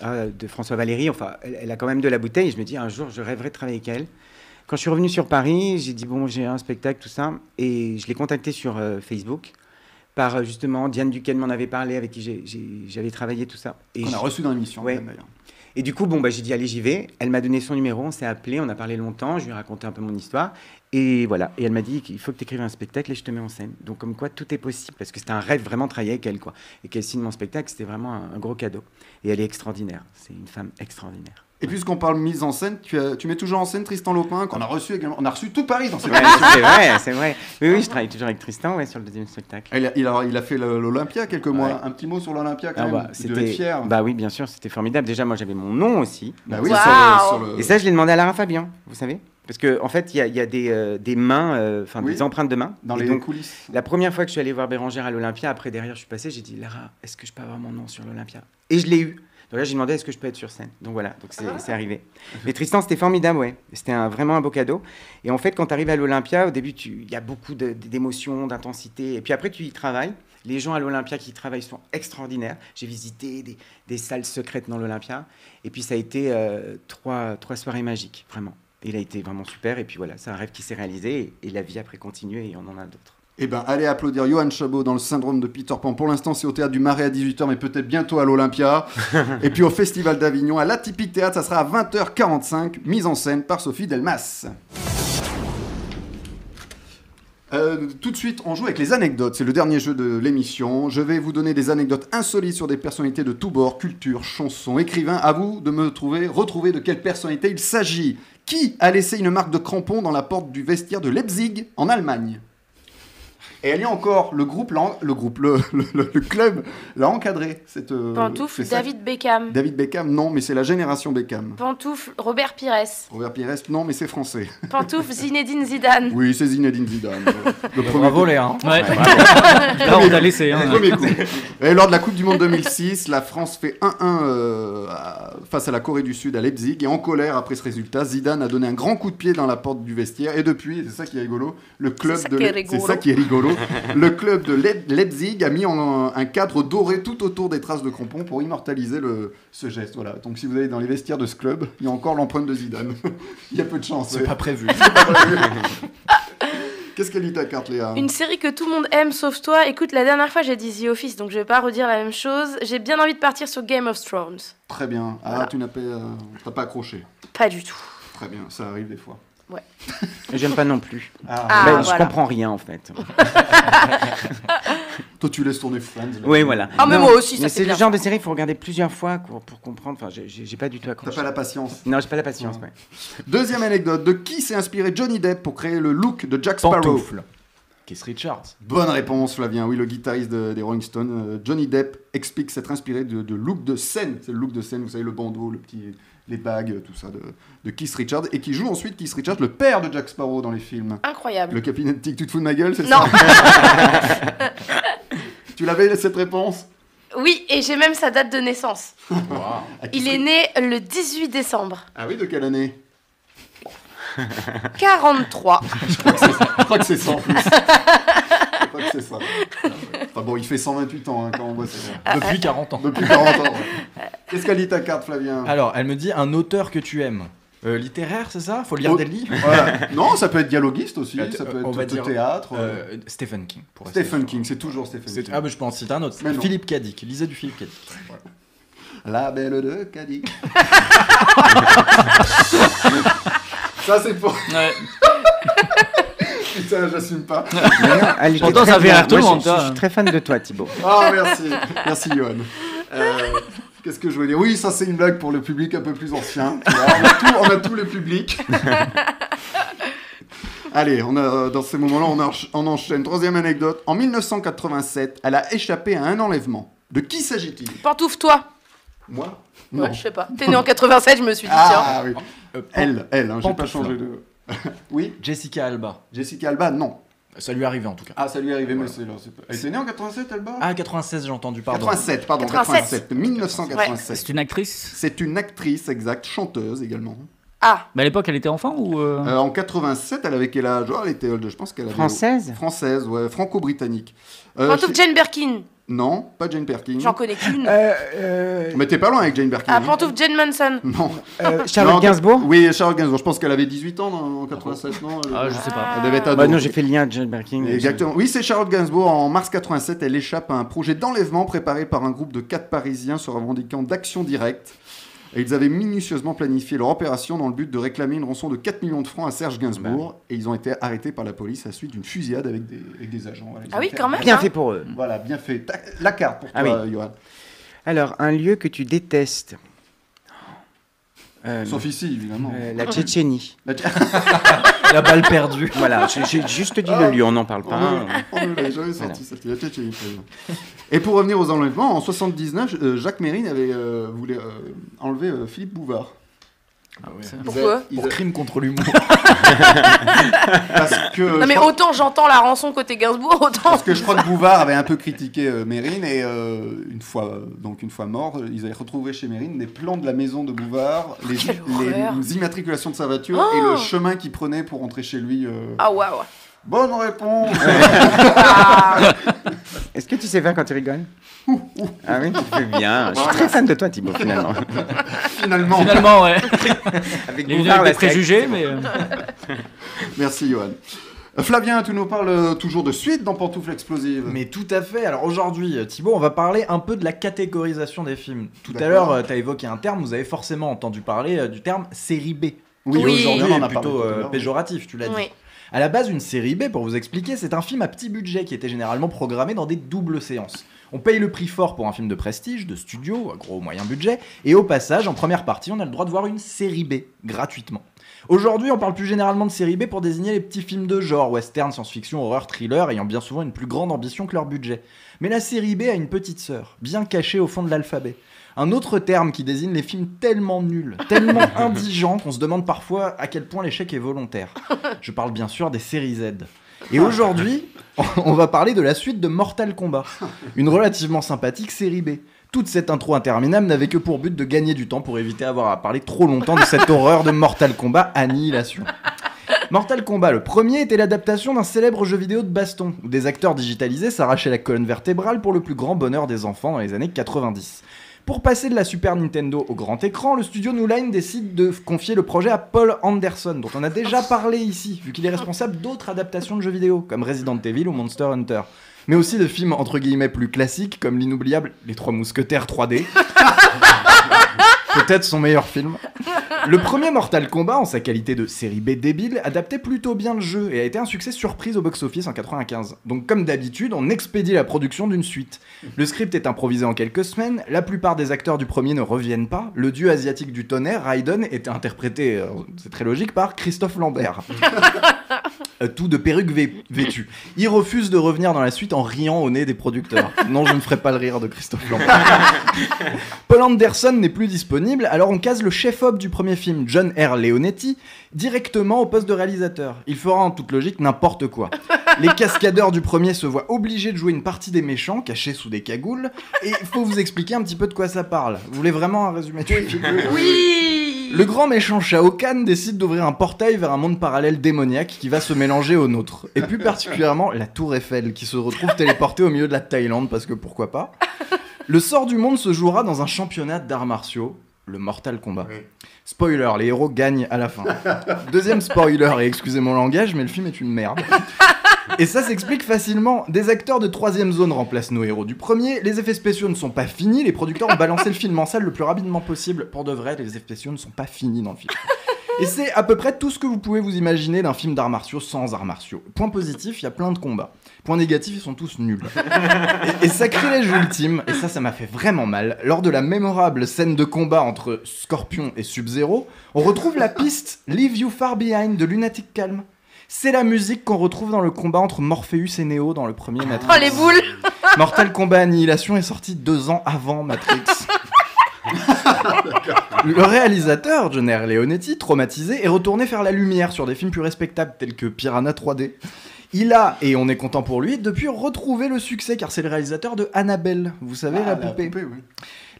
[SPEAKER 3] ah, de François Valéry. Enfin, elle, elle a quand même de la bouteille. Et je me dis, un jour, je rêverais de travailler avec elle. Quand je suis revenu sur Paris, j'ai dit, bon, j'ai un spectacle, tout ça. Et je l'ai contactée sur euh, Facebook par euh, justement Diane Duquesne m'en avait parlé, avec qui j'ai- j'ai- j'avais travaillé tout ça. Et
[SPEAKER 2] Qu'on a
[SPEAKER 3] je-
[SPEAKER 2] reçu dans l'émission,
[SPEAKER 3] Ouais.
[SPEAKER 2] d'ailleurs.
[SPEAKER 3] Et du coup, bon, bah, j'ai dit allez, j'y vais. Elle m'a donné son numéro, on s'est appelé, on a parlé longtemps, je lui ai raconté un peu mon histoire. Et voilà, et elle m'a dit qu'il faut que tu écrives un spectacle et je te mets en scène. Donc comme quoi, tout est possible, parce que c'était un rêve vraiment de travailler avec elle, quoi. Et qu'elle signe mon spectacle, c'était vraiment un, un gros cadeau. Et elle est extraordinaire, c'est une femme extraordinaire.
[SPEAKER 2] Et puisqu'on parle mise en scène, tu, as- tu mets toujours en scène Tristan Lopin, qu'on a reçu également. On a reçu tout Paris dans cette
[SPEAKER 3] Ouais,
[SPEAKER 2] émission.
[SPEAKER 3] c'est vrai, c'est vrai. Oui, oui, je travaille toujours avec Tristan, ouais, sur le deuxième spectacle.
[SPEAKER 2] Il a, il a- il a fait le- l'Olympia quelques mois. Un petit mot sur l'Olympia quand
[SPEAKER 3] Ah
[SPEAKER 2] même.
[SPEAKER 3] bah,
[SPEAKER 2] il devait être fier.
[SPEAKER 3] Bah oui, bien sûr, c'était formidable. Déjà, moi, j'avais mon nom aussi.
[SPEAKER 2] Bah
[SPEAKER 3] Donc,
[SPEAKER 2] oui,
[SPEAKER 3] ça-
[SPEAKER 2] sur le- Wow. sur le-
[SPEAKER 3] Et ça, je l'ai demandé à Lara Fabian, vous savez Parce qu'en en fait, il y a, il y a des, euh, des mains, euh, enfin
[SPEAKER 2] Oui.
[SPEAKER 3] des empreintes de mains.
[SPEAKER 2] Dans
[SPEAKER 3] Et
[SPEAKER 2] les
[SPEAKER 3] donc,
[SPEAKER 2] coulisses.
[SPEAKER 3] La première fois que je suis allé voir Bérangère à l'Olympia, après, derrière, je suis passé, j'ai dit Lara, est-ce que je peux avoir mon nom sur l'Olympia Et je l'ai eu. Donc là, j'ai demandé est-ce que je peux être sur scène. Donc voilà, donc c'est c'est arrivé. Mais Tristan, c'était formidable, ouais. C'était un- vraiment un beau cadeau. Et en fait, quand tu arrives à l'Olympia, au début, tu- il y a beaucoup de- d'émotions, d'intensité. Et puis après, tu y travailles. Les gens à l'Olympia qui y travaillent sont extraordinaires. J'ai visité des, des salles secrètes dans l'Olympia. Et puis, ça a été euh, trois, trois soirées magiques, vraiment. Il a été vraiment super. Et puis voilà, c'est un rêve qui s'est réalisé. Et, et la vie après continue et on en a d'autres.
[SPEAKER 2] Eh ben, allez applaudir Johan Chabot dans le syndrome de Peter Pan. Pour l'instant, c'est au théâtre du Marais à 18h, mais peut-être bientôt à l'Olympia. Et puis au Festival d'Avignon, à l'Atypique Théâtre, ça sera à 20h45, mise en scène par Sophie Delmas. Euh, tout de suite, on joue avec les anecdotes. C'est le dernier jeu de l'émission. Je vais vous donner des anecdotes insolites sur des personnalités de tous bords, culture, chansons, écrivains. À vous de me trouver, retrouver de quelle personnalité il s'agit. Qui a laissé une marque de crampon dans la porte du vestiaire de Leipzig en Allemagne Et elle y a encore le groupe, l'a- le groupe, le, le- le- le club l'a encadré. Cette euh,
[SPEAKER 6] Pantoufle,
[SPEAKER 2] c'est ça.
[SPEAKER 6] David Beckham.
[SPEAKER 2] David Beckham, non, mais c'est la génération Beckham.
[SPEAKER 6] Pantoufle, Robert Pires.
[SPEAKER 2] Robert Pires, non, mais c'est français.
[SPEAKER 6] Pantoufle, Zinedine Zidane.
[SPEAKER 2] Oui, c'est Zinedine Zidane. Le premier
[SPEAKER 5] bravo,
[SPEAKER 2] coup.
[SPEAKER 5] les uns.
[SPEAKER 4] hein. Ouais.
[SPEAKER 2] bravo.
[SPEAKER 4] Là, on t'a laissé, hein.
[SPEAKER 2] Le premier coup. Et lors de la Coupe du Monde 2006, la France fait 1-1 euh, à- face à la Corée du Sud à Leipzig. Et en colère après ce résultat, Zidane a donné un grand coup de pied dans la porte du vestiaire. Et depuis, c'est ça qui est rigolo, le club
[SPEAKER 6] C'est ça
[SPEAKER 2] de
[SPEAKER 6] qui est
[SPEAKER 2] Le- c'est
[SPEAKER 6] rigolo.
[SPEAKER 2] ça qui est rigolo. Le club de Leip- Leipzig a mis en- un cadre doré tout autour des traces de crampons pour immortaliser le, ce geste. Voilà. Donc si vous allez dans les vestiaires de ce club, il y a encore l'empreinte de Zidane. il y a peu de chance.
[SPEAKER 5] C'est pas prévu.
[SPEAKER 2] C'est pas prévu. Qu'est-ce qu'elle dit ta carte, Léa
[SPEAKER 6] Une série que tout le monde aime sauf toi. Écoute, la dernière fois j'ai dit The Office, donc je vais pas redire la même chose. J'ai bien envie de partir sur Game of Thrones.
[SPEAKER 2] Très bien. Ah, tu n'as pas, euh, t'as pas accroché.
[SPEAKER 6] Pas du tout.
[SPEAKER 2] Très bien, ça arrive des fois.
[SPEAKER 6] Ouais.
[SPEAKER 3] J'aime pas non plus.
[SPEAKER 2] Ah.
[SPEAKER 6] Ah,
[SPEAKER 3] Ben, Je
[SPEAKER 6] voilà.
[SPEAKER 3] comprends rien en fait.
[SPEAKER 2] Toi, tu laisses tourner Friends. là.
[SPEAKER 3] Oui, voilà.
[SPEAKER 6] Ah, mais
[SPEAKER 3] Non,
[SPEAKER 6] moi aussi, ça,
[SPEAKER 3] mais
[SPEAKER 6] c'est
[SPEAKER 3] C'est le
[SPEAKER 6] bien.
[SPEAKER 3] genre de série qu'il faut regarder plusieurs fois pour, pour comprendre. Enfin, j'ai- j'ai j'ai pas du tout accroché.
[SPEAKER 2] T'as pas la patience.
[SPEAKER 3] Non, j'ai pas la patience. Ouais.
[SPEAKER 2] Deuxième anecdote de qui s'est inspiré Johnny Depp pour créer le look de Jack Sparrow
[SPEAKER 5] Pantoufle. Keith Richards.
[SPEAKER 2] Bonne réponse, Flavien. Oui, le guitariste de- des Rolling Stones, euh, Johnny Depp, explique s'être inspiré de, de look de scène. C'est le look de scène, vous savez, le bandeau, le petit, les bagues, tout ça, de, de Keith Richards. Et qui joue ensuite Keith Richards, le père de Jack Sparrow dans les films.
[SPEAKER 6] Incroyable.
[SPEAKER 2] Le capitaine de Tic, tu te fous de ma gueule, c'est ça
[SPEAKER 6] Non.
[SPEAKER 2] Tu l'avais, cette réponse
[SPEAKER 6] Oui, et j'ai même sa date de naissance.
[SPEAKER 2] À qui
[SPEAKER 6] Il
[SPEAKER 2] serait-
[SPEAKER 6] est né le 18 décembre
[SPEAKER 2] Ah oui, de quelle année
[SPEAKER 6] 43.
[SPEAKER 2] Je crois que c'est ça en plus. Je crois que c'est ça. Enfin bon, il fait 128 ans hein, quand on voit ça.
[SPEAKER 5] Depuis 40 ans.
[SPEAKER 2] Depuis 40 ans. ouais. Qu'est-ce qu'a dit ta carte, Flavien
[SPEAKER 5] Alors, elle me dit un auteur que tu aimes. Euh, littéraire, c'est ça Faut lire
[SPEAKER 2] Oh,
[SPEAKER 5] des livres
[SPEAKER 2] voilà. Non, ça peut être dialoguiste aussi,
[SPEAKER 5] Euh,
[SPEAKER 2] ça peut
[SPEAKER 5] on
[SPEAKER 2] être
[SPEAKER 5] va
[SPEAKER 2] de
[SPEAKER 5] dire,
[SPEAKER 2] théâtre. euh,
[SPEAKER 5] euh, Stephen King. pour rester
[SPEAKER 2] Stephen
[SPEAKER 5] sur-
[SPEAKER 2] King, c'est toujours Stephen
[SPEAKER 5] C'est-
[SPEAKER 2] King.
[SPEAKER 5] Ah, mais je peux en citer un autre.
[SPEAKER 2] Mais non.
[SPEAKER 5] Philippe Cadic. Lisez du Philippe Cadic.
[SPEAKER 2] La belle de Cadic. ça, c'est pour.
[SPEAKER 4] Ouais.
[SPEAKER 2] Putain, j'assume pas.
[SPEAKER 3] D'ailleurs, elle était
[SPEAKER 4] Pourtant,
[SPEAKER 3] très
[SPEAKER 4] ça fait
[SPEAKER 3] bien.
[SPEAKER 4] rire tout
[SPEAKER 3] Moi,
[SPEAKER 4] le
[SPEAKER 3] je-
[SPEAKER 4] monde,
[SPEAKER 3] Je,
[SPEAKER 4] toi.
[SPEAKER 3] je suis très fan de toi, Thibaut.
[SPEAKER 2] Ah, merci. Merci, Johan. Euh, Qu'est-ce que je voulais dire Oui, ça, c'est une blague pour le public un peu plus ancien. tu vois. On a tout- on a tous les publics. Allez, on a, euh, dans ces moments-là, on, encha- on enchaîne. Troisième anecdote. En 1987, elle a échappé à un enlèvement. De qui s'agit-il
[SPEAKER 6] Pantoufle-toi.
[SPEAKER 2] Moi Non.
[SPEAKER 6] Ouais, je sais pas. T'es né en 87, je me suis dit,
[SPEAKER 2] Ah oui.
[SPEAKER 5] Euh, Pan-
[SPEAKER 2] Elle, elle, hein, j'ai pas
[SPEAKER 5] Pantoufle.
[SPEAKER 2] changé de. oui
[SPEAKER 5] Jessica Alba.
[SPEAKER 2] Jessica Alba, non.
[SPEAKER 5] Ça lui est arrivé en tout cas.
[SPEAKER 2] Ah, ça lui est arrivé,
[SPEAKER 5] Voilà.
[SPEAKER 2] mais c'est. non, c'est pas- Elle était née en 87, Alba
[SPEAKER 5] Ah, 96, j'ai entendu, pardon.
[SPEAKER 2] 87, pardon,
[SPEAKER 6] 87.
[SPEAKER 2] 87, 1987.
[SPEAKER 4] C'est une actrice
[SPEAKER 2] C'est une actrice exacte, chanteuse également.
[SPEAKER 6] tiens. Ah,
[SPEAKER 4] Mais à l'époque, elle était enfant ou. euh,
[SPEAKER 2] Euh, en 87, elle avait quel âge Oh, Elle était, old, je pense qu'elle avait.
[SPEAKER 3] Française
[SPEAKER 2] Française, ouais, franco-britannique. Euh,
[SPEAKER 6] Pantoufle
[SPEAKER 2] je-
[SPEAKER 6] Jane Birkin.
[SPEAKER 2] Non, pas Jane Perkins.
[SPEAKER 6] J'en connais qu'une.
[SPEAKER 3] Euh, euh,
[SPEAKER 2] Mais t'es pas loin avec Jane Perkins.
[SPEAKER 6] Ah,
[SPEAKER 2] hein.
[SPEAKER 6] Pantoufle Jane Manson.
[SPEAKER 2] Non.
[SPEAKER 3] euh, Charlotte
[SPEAKER 2] Non,
[SPEAKER 3] Gainsbourg
[SPEAKER 2] Oui, Charles Gainsbourg. Je pense qu'elle avait 18 ans en 87, non elle-
[SPEAKER 4] Ah, je sais pas.
[SPEAKER 2] euh, Elle devait être ado.
[SPEAKER 3] Bah non, j'ai fait le lien à John Birkin.
[SPEAKER 2] Exactement. Oui, c'est Charlotte Gainsbourg. En mars 87, elle échappe à un projet d'enlèvement préparé par un groupe de quatre Parisiens se revendiquant d'action directe. Et ils avaient minutieusement planifié leur opération dans le but de réclamer une rançon de 4 millions de francs à Serge Gainsbourg.
[SPEAKER 3] Ah ben.
[SPEAKER 2] Et ils ont été arrêtés par la police à la suite d'une fusillade avec des, avec des agents. Voilà, ils
[SPEAKER 6] Ah
[SPEAKER 2] ont
[SPEAKER 6] oui,
[SPEAKER 2] été
[SPEAKER 6] quand même.
[SPEAKER 2] arrêtés.
[SPEAKER 3] Bien
[SPEAKER 6] hein.
[SPEAKER 3] fait pour eux.
[SPEAKER 2] Voilà, bien fait. Tac, La carte pour toi,
[SPEAKER 3] Ah oui.
[SPEAKER 2] euh, Johan.
[SPEAKER 3] Alors, un lieu que tu détestes. Euh,
[SPEAKER 2] Sauf ici, évidemment.
[SPEAKER 3] euh, la Tchétchénie.
[SPEAKER 2] La-
[SPEAKER 5] La balle perdue.
[SPEAKER 3] Voilà, j'ai j'ai juste dit
[SPEAKER 2] Ah.
[SPEAKER 3] le lieu, on n'en parle
[SPEAKER 2] On
[SPEAKER 3] pas.
[SPEAKER 2] ne- on ne l'avait jamais sorti, ça, c'est la tête, j'ai eu peur. Et pour revenir aux enlèvements, en 79, euh, Jacques Mérine avait, euh, voulait euh, enlever euh, Philippe Bouvard.
[SPEAKER 5] Ah ouais.
[SPEAKER 6] Pourquoi
[SPEAKER 2] Ils a- ils
[SPEAKER 5] Pour
[SPEAKER 2] a-
[SPEAKER 5] crime contre l'humour.
[SPEAKER 2] Parce que,
[SPEAKER 6] Non,
[SPEAKER 2] je
[SPEAKER 6] mais
[SPEAKER 2] crois,
[SPEAKER 6] autant j'entends la rançon côté Gainsbourg, autant.
[SPEAKER 2] parce que je crois que Bouvard avait un peu critiqué euh, Mérine et euh, une, fois, euh, donc une fois mort, euh, ils avaient retrouvé chez Mérine des plans de la maison de Bouvard, les,
[SPEAKER 6] Quelle
[SPEAKER 2] les
[SPEAKER 6] horreur.
[SPEAKER 2] immatriculations de sa voiture
[SPEAKER 6] Oh.
[SPEAKER 2] et le chemin qu'il prenait pour rentrer chez lui. euh.
[SPEAKER 6] Ah, waouh.
[SPEAKER 2] Bonne réponse
[SPEAKER 6] Ah.
[SPEAKER 3] Est-ce que tu sais faire quand tu rigoles Ah oui, tu fais bien. Je suis très fan de toi, Thibaut, finalement.
[SPEAKER 2] Finalement
[SPEAKER 4] Finalement, ouais.
[SPEAKER 3] Avec
[SPEAKER 4] Il y a eu
[SPEAKER 3] Bouvard,
[SPEAKER 4] des
[SPEAKER 3] là, c'est-
[SPEAKER 4] préjugés, mais. euh,
[SPEAKER 2] Merci Johan. Euh, Flavien, tu nous parles euh, toujours de suite dans Pantoufles Explosives.
[SPEAKER 5] Mais tout à fait. Alors aujourd'hui, euh, Thibaut, on va parler un peu de la catégorisation des films. Tout à
[SPEAKER 2] D'accord.
[SPEAKER 5] l'heure, tu as évoqué un terme, vous avez forcément entendu parler euh, du terme série B.
[SPEAKER 6] Oui.
[SPEAKER 5] Aujourd'hui,
[SPEAKER 2] on en
[SPEAKER 5] est
[SPEAKER 2] a parlé
[SPEAKER 5] plutôt
[SPEAKER 2] tout à
[SPEAKER 5] euh,
[SPEAKER 2] l'heure.
[SPEAKER 5] péjoratif, tu l'as dit.
[SPEAKER 6] Oui.
[SPEAKER 5] À la base, une série B, pour vous expliquer, c'est un film à petit budget qui était généralement programmé dans des doubles séances. On paye le prix fort pour un film de prestige, de studio, à gros ou moyen budget, et au passage, en première partie, on a le droit de voir une série B, gratuitement. Aujourd'hui, on parle plus généralement de série B pour désigner les petits films de genre, western, science-fiction, horreur, thriller, ayant bien souvent une plus grande ambition que leur budget. Mais la série B a une petite sœur, bien cachée au fond de l'alphabet. Un autre terme qui désigne les films tellement nuls, tellement indigents qu'on se demande parfois à quel point l'échec est volontaire. Je parle bien sûr des séries Z. Et aujourd'hui, on va parler de la suite de Mortal Kombat, une relativement sympathique série B. Toute cette intro interminable n'avait que pour but de gagner du temps pour éviter avoir à parler trop longtemps de cette horreur de Mortal Kombat Annihilation. Mortal Kombat, le premier, était l'adaptation d'un célèbre jeu vidéo de baston, où des acteurs digitalisés s'arrachaient la colonne vertébrale pour le plus grand bonheur des enfants dans les années 90. Pour passer de la Super Nintendo au grand écran, le studio New Line décide de confier le projet à Paul Anderson, dont on a déjà parlé ici, vu qu'il est responsable d'autres adaptations de jeux vidéo, comme Resident Evil ou Monster Hunter. Mais aussi de films entre guillemets plus classiques, comme l'inoubliable Les Trois Mousquetaires 3D. Peut-être son meilleur film. Le premier Mortal Kombat, en sa qualité de série B débile, adaptait plutôt bien le jeu et a été un succès surprise au box-office en 95. Donc comme d'habitude, on expédie la production d'une suite. Le script est improvisé en quelques semaines, la plupart des acteurs du premier ne reviennent pas, le dieu asiatique du tonnerre, Raiden, était interprété, euh, c'est très logique, par Christophe Lambert. Euh, tout de perruque vé- vêtue. Il refuse de revenir dans la suite en riant au nez des producteurs. Non, je ne ferai pas le rire de Christophe Lambert. Paul Anderson n'est plus disponible, alors on case le chef-op du premier film, John R. Leonetti, directement au poste de réalisateur. Il fera en toute logique n'importe quoi. Les cascadeurs du premier se voient obligés de jouer une partie des méchants cachés sous des cagoules, et il faut vous expliquer un petit peu de quoi ça parle. Vous voulez vraiment un résumé du film le grand méchant Shao Kahn décide d'ouvrir un portail vers un monde parallèle démoniaque qui va se mélanger au nôtre. Et plus particulièrement la tour Eiffel qui se retrouve téléportée au milieu de la Thaïlande parce que pourquoi pas. Le sort du monde se jouera dans un championnat d'arts martiaux, le Mortal Kombat. Spoiler, les héros gagnent à la fin. Deuxième spoiler, et excusez mon langage, mais le film est une merde. Et ça s'explique facilement. Des acteurs de troisième zone remplacent nos héros du premier. Les effets spéciaux ne sont pas finis. Les producteurs ont balancé le film en salle le plus rapidement possible. Pour de vrai, les effets spéciaux ne sont pas finis dans le film. Et c'est à peu près tout ce que vous pouvez vous imaginer d'un film d'arts martiaux sans arts martiaux. Point positif, il y a plein de combats. Point négatif, ils sont tous nuls. Et, et sacrilège ultime, et ça, ça m'a fait vraiment mal, lors de la mémorable scène de combat entre Scorpion et Sub-Zero, on retrouve la piste Leave You Far Behind de Lunatic Calm. C'est la musique qu'on retrouve dans le combat entre Morpheus et Neo dans le premier Matrix.
[SPEAKER 6] Oh les boules
[SPEAKER 5] Mortal Kombat Annihilation est sorti deux ans avant Matrix. Le réalisateur, John R. Leonetti, traumatisé, est retourné faire la lumière sur des films plus respectables tels que Piranha 3D. Il a, et on est content pour lui, depuis retrouvé le succès car c'est le réalisateur de Annabelle, vous savez, Ah, la poupée.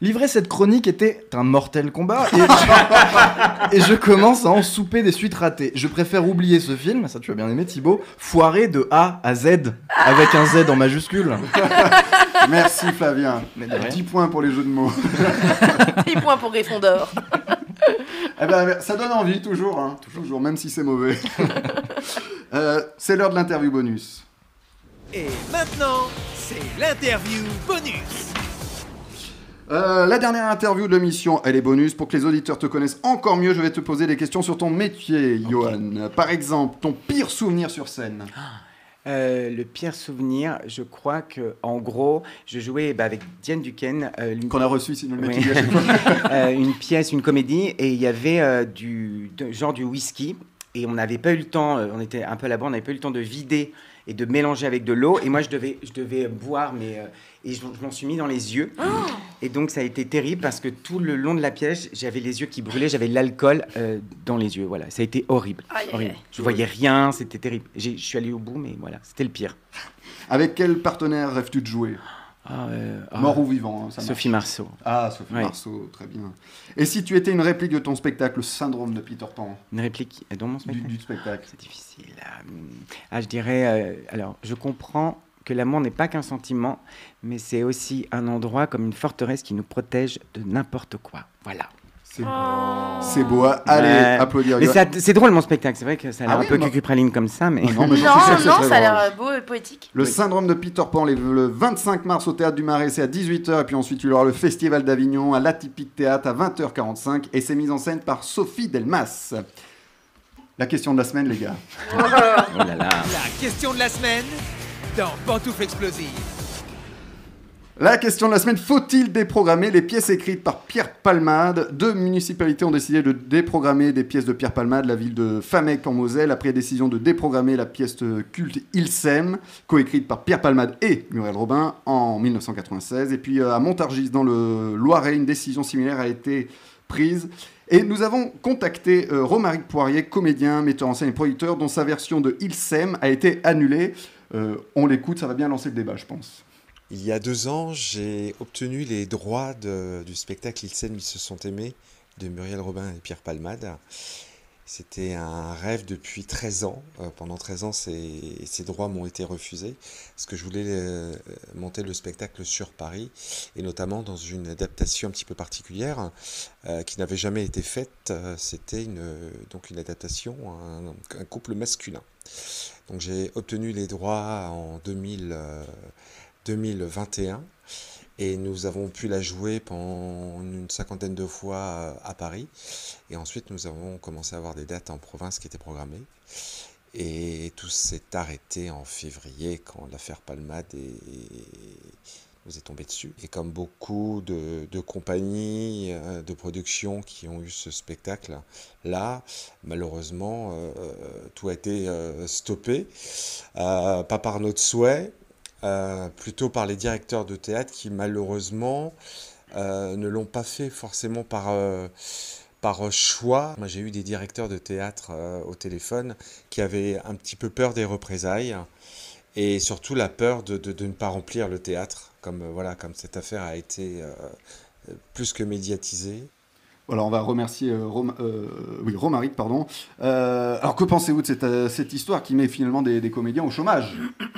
[SPEAKER 5] Livrer cette chronique était un mortel combat et je, et je commence à en souper des suites ratées. Je préfère oublier ce film, ça tu as bien aimé Thibaut, foiré de A à Z, avec un Z en majuscule.
[SPEAKER 2] Merci Flavien. 10 points pour les jeux de mots.
[SPEAKER 6] 10 points pour Gryffondor.
[SPEAKER 2] Eh ben, ça donne envie, toujours, hein. toujours, même si c'est mauvais. Euh, c'est l'heure de l'interview bonus.
[SPEAKER 1] Et maintenant, c'est l'interview bonus.
[SPEAKER 2] Euh, la dernière interview de l'émission, elle est bonus. Pour que les auditeurs te connaissent encore mieux, je vais te poser des questions sur ton métier, Johan. Euh, Par exemple, ton pire souvenir sur scène.
[SPEAKER 3] Euh, le pire souvenir, je crois que, en gros, je jouais bah, avec Diane Duquesne. euh, une-
[SPEAKER 2] Qu'on a reçu ici, nous le
[SPEAKER 3] Oui.
[SPEAKER 2] mettons à chaque fois.
[SPEAKER 3] Euh, Une pièce, une comédie, et il y avait euh, du de- genre du whisky, et on n'avait pas eu le temps, euh, on était un peu là-bas, on n'avait pas eu le temps de vider et de mélanger avec de l'eau, et moi je devais, je devais boire, mais euh, et je, je m'en suis mis dans les yeux.
[SPEAKER 6] Oh.
[SPEAKER 3] Et donc ça a été terrible parce que tout le long de la pièce, j'avais les yeux qui brûlaient, j'avais l'alcool euh, dans les yeux. Voilà, ça a été horrible.
[SPEAKER 6] Aïe, aïe,
[SPEAKER 3] horrible.
[SPEAKER 6] aïe.
[SPEAKER 3] Je voyais rien, c'était terrible. J'ai- Je suis allé au bout, mais voilà, c'était le pire.
[SPEAKER 2] Avec quel partenaire rêves-tu de jouer Mort ou vivant, hein, ça marche.
[SPEAKER 3] Ah, euh, Sophie Marceau.
[SPEAKER 2] Ah, Sophie
[SPEAKER 3] Ouais.
[SPEAKER 2] Marceau, très bien. Et si tu étais une réplique de ton spectacle, Syndrome de Peter Pan
[SPEAKER 3] Une réplique dans mon
[SPEAKER 2] spectacle Du, du spectacle. C'est
[SPEAKER 3] difficile. Ah, je dirais, euh, alors, je comprends que l'amour n'est pas qu'un sentiment, mais c'est aussi un endroit comme une forteresse qui nous protège de n'importe quoi. Voilà.
[SPEAKER 2] C'est beau. C'est beau. hein. Allez,
[SPEAKER 3] Ouais.
[SPEAKER 2] applaudir.
[SPEAKER 3] Mais
[SPEAKER 2] Johan.
[SPEAKER 3] ça- c'est drôle mon spectacle, c'est vrai que ça a l'air
[SPEAKER 2] Ah
[SPEAKER 3] un
[SPEAKER 2] oui,
[SPEAKER 3] peu
[SPEAKER 2] moi-
[SPEAKER 3] cucupraline comme ça, mais.
[SPEAKER 2] Ah non, mais j'en
[SPEAKER 6] Non,
[SPEAKER 2] suis sûr que ce
[SPEAKER 6] non,
[SPEAKER 2] serait
[SPEAKER 6] ça a
[SPEAKER 2] drôle.
[SPEAKER 6] l'air beau et poétique.
[SPEAKER 2] Le syndrome de Peter Pan les- le 25 mars au théâtre du Marais, c'est à 18h. Et puis ensuite, il y aura le Festival d'Avignon à l'Atypique Théâtre à 20h45. Et c'est mis en scène par Sophie Delmas. La question de la semaine, les gars.
[SPEAKER 1] Oh
[SPEAKER 3] là là.
[SPEAKER 1] La question de la semaine dans Pantoufle Explosive.
[SPEAKER 2] La question de la semaine, faut-il déprogrammer les pièces écrites par Pierre Palmade Deux municipalités ont décidé de déprogrammer des pièces de Pierre Palmade, la ville de Famec en Moselle, après décision de déprogrammer la pièce de culte Il s'aime, coécrite par Pierre Palmade et Muriel Robin en 1996. Et puis euh, à Montargis, dans le Loiret, une décision similaire a été prise. Et nous avons contacté euh, Romaric Poirier, comédien, metteur en scène et producteur, dont sa version de Il s'aime a été annulée. Euh, on l'écoute, ça va bien lancer le débat, je pense.
[SPEAKER 14] Il y a deux ans, j'ai obtenu les droits de- du spectacle Ils s'aiment, ils se sont aimés de Muriel Robin et Pierre Palmade. C'était un rêve depuis 13 ans. Euh, pendant 13 ans, ces, ces droits m'ont été refusés parce que je voulais euh, monter le spectacle sur Paris et notamment dans une adaptation un petit peu particulière euh, qui n'avait jamais été faite. Euh, C'était une, donc une adaptation, un, un couple masculin. Donc j'ai obtenu les droits en 2000. euh, 2021. Et nous avons pu la jouer pendant une cinquantaine de fois euh, à Paris. Et ensuite, nous avons commencé à avoir des dates en province qui étaient programmées. Et tout s'est arrêté en février quand l'affaire Palmade est, nous est tombé dessus. Et comme beaucoup de, de compagnies euh, de production qui ont eu ce spectacle, là, malheureusement, euh, tout a été euh, stoppé. Euh, pas par notre souhait, euh, plutôt par les directeurs de théâtre qui, malheureusement, euh, ne l'ont pas fait forcément par, euh, par choix. Moi, j'ai eu des directeurs de théâtre euh, au téléphone qui avaient un petit peu peur des représailles et surtout la peur de, de- de ne pas remplir le théâtre, comme, euh, voilà, comme cette affaire a été euh, euh, plus que médiatisée.
[SPEAKER 2] Voilà, on va remercier euh, Rom- euh, oui, Romaric. Pardon. Euh, alors, que pensez-vous de cette, euh, cette histoire qui met finalement des, des comédiens au chômage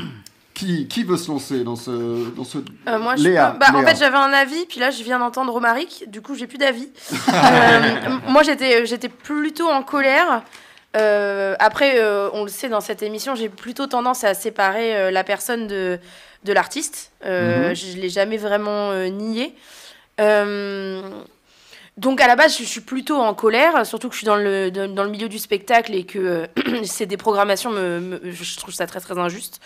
[SPEAKER 2] qui, qui veut se lancer dans ce... Dans ce...
[SPEAKER 6] Euh, moi, je
[SPEAKER 2] Léa,
[SPEAKER 6] sais pas. Bah, en
[SPEAKER 2] Léa.
[SPEAKER 6] fait, j'avais un avis, puis là, je viens d'entendre Romaric, du coup, j'ai plus d'avis. Euh, moi, j'étais, j'étais plutôt en colère. Euh, après, euh, on le sait dans cette émission, j'ai plutôt tendance à séparer euh, la personne de, de l'artiste. Euh,
[SPEAKER 15] Mhm.
[SPEAKER 6] Je ne l'ai jamais vraiment euh, nié. Euh, donc à la base, je suis plutôt en colère, surtout que je suis dans le, dans, dans le milieu du spectacle et que euh, ces déprogrammations, me, me- je trouve ça très très injuste.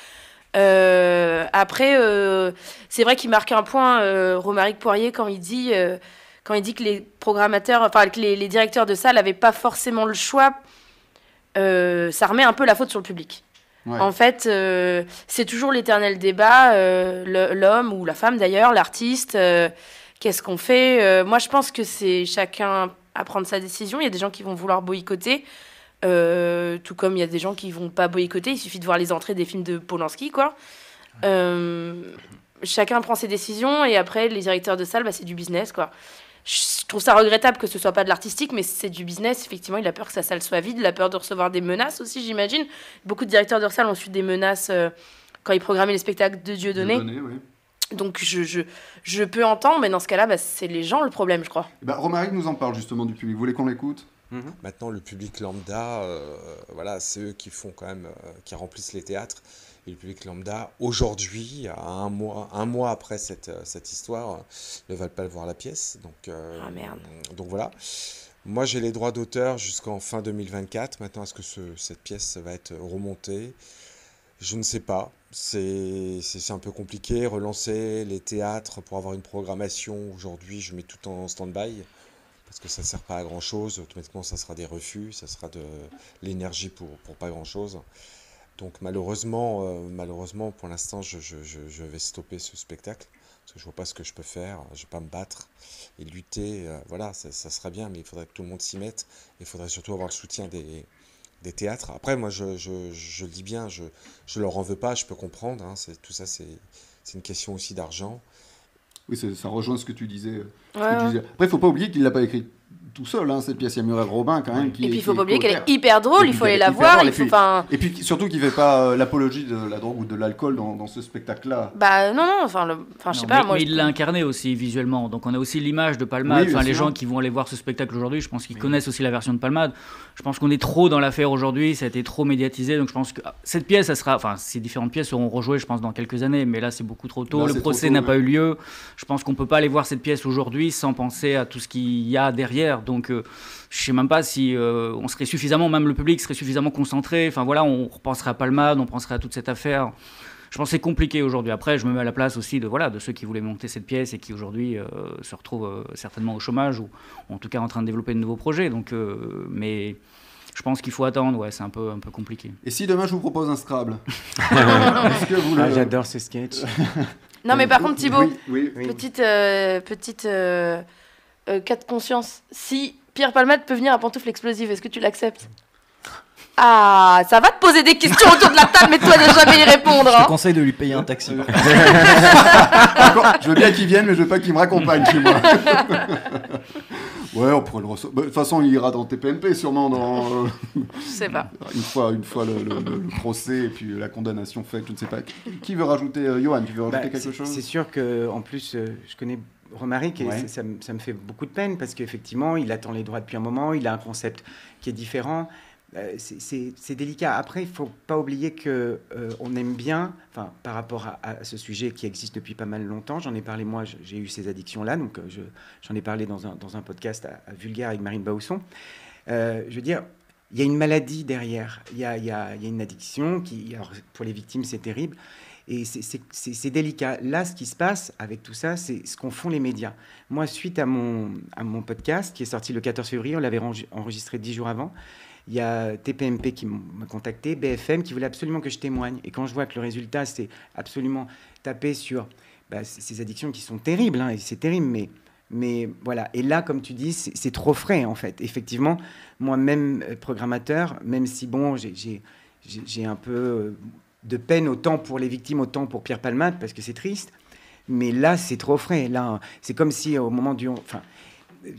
[SPEAKER 6] Euh, après, euh, c'est vrai qu'il marque un point, euh, Romaric Poirier, quand il dit, euh, quand il dit que les programmateurs, enfin que les, les directeurs de salle n'avaient pas forcément le choix, euh, ça remet un peu la faute sur le public.
[SPEAKER 15] Ouais.
[SPEAKER 6] En fait, euh, c'est toujours l'éternel débat, euh, le- l'homme ou la femme d'ailleurs, l'artiste, euh, qu'est-ce qu'on fait Euh, Moi, je pense que c'est chacun à prendre sa décision. Il y a des gens qui vont vouloir boycotter, euh, tout comme il y a des gens qui vont pas boycotter. Il suffit de voir les entrées des films de Polanski, quoi. Euh, chacun prend ses décisions et après, les directeurs de salle, bah, c'est du business, quoi. Je trouve ça regrettable que ce soit pas de l'artistique, mais c'est du business. Effectivement, il a peur que sa salle soit vide, il a peur de recevoir des menaces aussi, j'imagine. Beaucoup de directeurs de salle ont su des menaces euh, quand ils programmaient les spectacles de Dieu donné.
[SPEAKER 2] Dieudonné, oui.
[SPEAKER 6] Donc je, je, je peux entendre, mais dans ce cas-là, bah, c'est les gens le problème, je crois.
[SPEAKER 2] Eh ben, Romaric nous en parle justement du public. Vous voulez qu'on l'écoute
[SPEAKER 14] Maintenant, le public lambda, euh, voilà, c'est eux qui font quand même, euh, qui remplissent les théâtres. Et le public lambda, aujourd'hui, à un mois, un mois après cette, euh, cette histoire, euh, ne va pas voir la pièce. Donc, euh,
[SPEAKER 6] Ah, merde.
[SPEAKER 14] donc voilà. Moi, j'ai les droits d'auteur jusqu'en fin 2024. Maintenant, est-ce que ce- cette pièce va être remontée Je ne sais pas. C'est c'est- c'est un peu compliqué. Relancer les théâtres pour avoir une programmation, aujourd'hui, je mets tout en stand-by parce que ça ne sert pas à grand chose. Automatiquement, ça sera des refus, ça sera de l'énergie pour, pour pas grand chose. Donc, malheureusement, euh, malheureusement pour l'instant, je, je- je- je vais stopper ce spectacle parce que je vois pas ce que je peux faire. Je vais pas me battre et lutter. euh, voilà, ça, ça serait bien, mais il faudrait que tout le monde s'y mette. Il faudrait surtout avoir le soutien des, des théâtres. Après, moi, je, je, je le dis bien, je, je leur en veux pas, je peux comprendre. hein, c'est, tout ça, c'est, c'est une question aussi d'argent.
[SPEAKER 2] Oui, c'est- ça rejoint ce que tu disais. euh, ce que
[SPEAKER 6] Ouais,
[SPEAKER 2] tu
[SPEAKER 6] ouais.
[SPEAKER 2] disais. Après, il faut pas oublier qu'il l'a pas écrit tout seul, hein, cette pièce. Il y a Muriel Robin quand même. Qui
[SPEAKER 6] Et
[SPEAKER 2] est-
[SPEAKER 6] puis il
[SPEAKER 2] qui
[SPEAKER 6] faut
[SPEAKER 2] est
[SPEAKER 6] pas oublier qu'elle
[SPEAKER 2] co-auteur.
[SPEAKER 6] est hyper drôle,
[SPEAKER 2] Et
[SPEAKER 6] il
[SPEAKER 2] puis
[SPEAKER 6] faut
[SPEAKER 2] qu'elle est
[SPEAKER 6] aller la
[SPEAKER 2] hyper
[SPEAKER 6] voir,
[SPEAKER 2] drôle,
[SPEAKER 6] il
[SPEAKER 2] et
[SPEAKER 6] faut
[SPEAKER 2] puis-
[SPEAKER 6] enfin
[SPEAKER 2] Et puis surtout qu'il ne fait pas euh, l'apologie de la drogue ou de l'alcool dans, dans ce spectacle-là.
[SPEAKER 6] bah non non, enfin le- enfin je
[SPEAKER 4] Non,
[SPEAKER 6] sais pas
[SPEAKER 4] mais,
[SPEAKER 6] moi.
[SPEAKER 4] mais
[SPEAKER 6] je-
[SPEAKER 4] il l'a incarné aussi visuellement. Donc on a aussi l'image de Palmade.
[SPEAKER 2] Oui, bien
[SPEAKER 4] enfin, les
[SPEAKER 2] sûr.
[SPEAKER 4] gens qui vont aller voir ce spectacle aujourd'hui, je pense qu'ils connaissent aussi la version de Palmade. Je pense qu'on est trop dans l'affaire aujourd'hui. Ça a été trop médiatisé. Donc je pense que ah, cette pièce, ça sera. Enfin, ces différentes pièces seront rejouées, je pense, dans quelques années. Mais là, c'est beaucoup trop tôt.
[SPEAKER 2] Là, c'est
[SPEAKER 4] Le
[SPEAKER 2] trop
[SPEAKER 4] procès
[SPEAKER 2] tôt,
[SPEAKER 4] n'a
[SPEAKER 2] ouais.
[SPEAKER 4] pas eu lieu. Je pense qu'on peut pas aller voir cette pièce aujourd'hui sans penser à tout ce qu'il y a derrière. Donc, euh, je sais même pas si euh, on serait suffisamment, même le public serait suffisamment concentré. Enfin voilà, on repenserait à Palmade, on penserait à toute cette affaire. Je pense que c'est compliqué aujourd'hui. Après, je me mets à la place aussi de, voilà, de ceux qui voulaient monter cette pièce et qui aujourd'hui euh, se retrouvent euh, certainement au chômage ou en tout cas en train de développer de nouveaux projets. Donc, euh, mais je pense qu'il faut attendre. Ouais, c'est un peu, un peu compliqué.
[SPEAKER 2] Et si demain je vous propose un Scrabble Est-ce que vous le-
[SPEAKER 3] Ah, J'adore ce sketch.
[SPEAKER 6] Non, mais par contre, Thibaut,
[SPEAKER 3] Oui, Euh, oui, oui.
[SPEAKER 6] petite, euh, petite euh, euh, cas de conscience. Si Pierre Palmade peut venir à pantoufle explosive, est-ce que tu l'acceptes Ah, ça va te poser des questions autour de la table, mais toi, ne jamais y répondre.
[SPEAKER 5] Je te
[SPEAKER 6] hein.
[SPEAKER 5] conseille de lui payer un taxi. par contre.
[SPEAKER 2] Encore, je veux bien qu'il vienne, mais je veux pas qu'il me raccompagne chez moi. ouais, on pourrait le recevoir. Bah, De toute façon, il ira dans TPMP, sûrement dans. euh,
[SPEAKER 6] Je sais pas.
[SPEAKER 2] Une fois, une fois le, le- le- le procès et puis la condamnation faite, je ne sais pas. Qui veut rajouter, euh, Johan, tu veux
[SPEAKER 3] Bah,
[SPEAKER 2] rajouter quelque
[SPEAKER 3] c'est-
[SPEAKER 2] chose
[SPEAKER 3] C'est sûr que en plus, euh, je connais Romaric et
[SPEAKER 2] Ouais.
[SPEAKER 3] ça, ça me- ça me fait beaucoup de peine parce qu'effectivement, il attend les droits depuis un moment, il a un concept qui est différent. Euh, c'est- c'est c'est délicat. Après, il faut pas oublier que euh, on aime bien, enfin, par rapport à, à ce sujet qui existe depuis pas mal longtemps. J'en ai parlé moi, je- j'ai eu ces addictions-là, donc euh, je- j'en ai parlé dans un, dans un podcast à, à Vulgaire avec Marine Bausson. Euh, je veux dire, il y a une maladie derrière. Il y a, il y a- il y a une addiction qui, alors, pour les victimes, c'est terrible. Et c'est- c'est c'est- c'est délicat. Là, ce qui se passe avec tout ça, c'est ce qu'ont font les médias. Moi, suite à mon, à mon podcast qui est sorti le 14 février, on l'avait rengi- enregistré dix jours avant, il y a TPMP qui m- m'a contacté, BFM qui voulait absolument que je témoigne. Et quand je vois que le résultat, c'est absolument tapé sur bah, c- ces addictions qui sont terribles, hein, et c'est terrible, mais mais voilà, et là, comme tu dis, c'est c'est trop frais en fait. Effectivement, moi-même euh, programmateur, même si bon, j'ai- j'ai j'ai- j'ai un peu euh, de peine autant pour les victimes, autant pour Pierre Palmade, parce que c'est triste, mais là, c'est trop frais. Là, c'est comme si euh, au moment du. on- Enfin,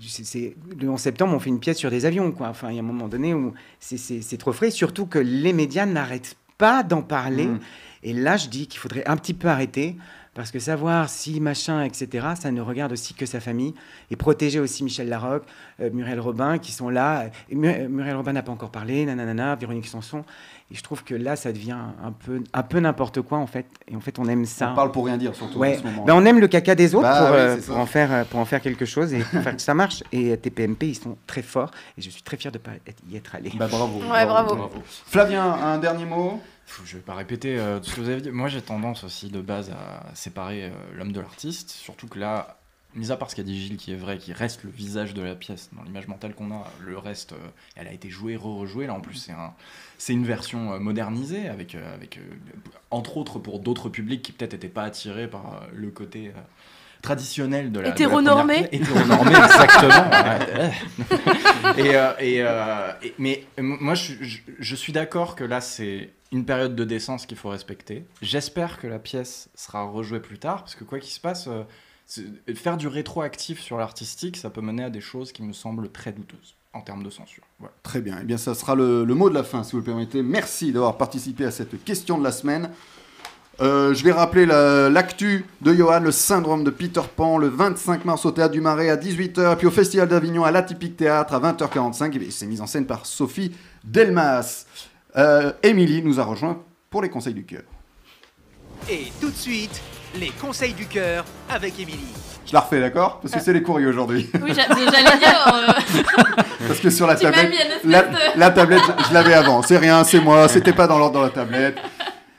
[SPEAKER 3] c'est- c'est- le 11 septembre, on fait une pièce sur des avions, quoi. Enfin, il y a un moment donné où c'est- c'est c'est trop frais, surtout que les médias n'arrêtent pas d'en parler.
[SPEAKER 2] Mm.
[SPEAKER 3] Et là, je dis qu'il faudrait un petit peu arrêter, parce que savoir si machin, etc., ça ne regarde aussi que sa famille, et protéger aussi Michel Larocque, euh, Muriel Robin, qui sont là. Et Mu- euh, Muriel Robin n'a pas encore parlé, nanana, Véronique Sanson. Et je trouve que là, ça devient un peu, un peu n'importe quoi, en fait. Et en fait, on aime ça.
[SPEAKER 2] On parle pour rien dire, surtout
[SPEAKER 3] Ouais.
[SPEAKER 2] en ce moment.
[SPEAKER 3] Ben, on aime le caca des autres
[SPEAKER 2] Bah
[SPEAKER 3] pour,
[SPEAKER 2] oui,
[SPEAKER 3] euh,
[SPEAKER 2] c'est
[SPEAKER 3] pour
[SPEAKER 2] ça.
[SPEAKER 3] en faire, euh, pour en faire quelque chose et pour faire que ça marche. Et euh, TPMP, ils sont très forts. Et je suis très fier de ne pas être- y être allé.
[SPEAKER 2] Bah, bravo.
[SPEAKER 6] Ouais, bravo. bravo.
[SPEAKER 2] Flavien, un dernier mot
[SPEAKER 15] Pff, Je vais pas répéter euh, tout ce que vous avez dit. Moi, j'ai tendance aussi de base à séparer euh, l'homme de l'artiste, surtout que là, mis à part ce qu'a dit Gilles, qui est vrai, qui reste le visage de la pièce dans l'image mentale qu'on a, le reste, euh, elle a été jouée, re-rejouée. Là, en plus, c'est un, c'est une version euh, modernisée avec, euh, avec euh, entre autres pour d'autres publics qui peut-être n'étaient pas attirés par euh, le côté. euh, traditionnel de la de la
[SPEAKER 6] Hétéronormé.
[SPEAKER 15] première pièce. hétéronormé exactement Ouais. et, euh, et, euh, et- mais euh, moi, je, suis- je- je suis d'accord que là, c'est une période de décence qu'il faut respecter. J'espère que la pièce sera rejouée plus tard, parce que quoi qu'il se passe, euh, c'est- faire du rétroactif sur l'artistique, ça peut mener à des choses qui me semblent très douteuses en termes de censure. Voilà.
[SPEAKER 2] Très bien. Eh bien, ça sera le, le mot de la fin, si vous le permettez. Merci d'avoir participé à cette question de la semaine. Euh, je vais rappeler la- l'actu de Johan, le syndrome de Peter Pan, le 25 mars au Théâtre du Marais à 18h, et puis au Festival d'Avignon à l'Atypique Théâtre à 20h45. Et bien, c'est mis en scène par Sophie Delmas. Euh, Émilie nous a rejoint pour les conseils du cœur.
[SPEAKER 1] Et tout de suite, les conseils du cœur avec Émilie.
[SPEAKER 2] Je la refais, d'accord Parce que c'est les courriers aujourd'hui.
[SPEAKER 16] Euh, Oui, j'a- j'allais dire. euh,
[SPEAKER 2] Parce que sur la
[SPEAKER 16] Tu m'as
[SPEAKER 2] tablette,
[SPEAKER 16] mis une espèce
[SPEAKER 2] la,
[SPEAKER 16] de-
[SPEAKER 2] la tablette, je, je l'avais avant. C'est rien, c'est moi, c'était pas dans l'ordre dans la tablette.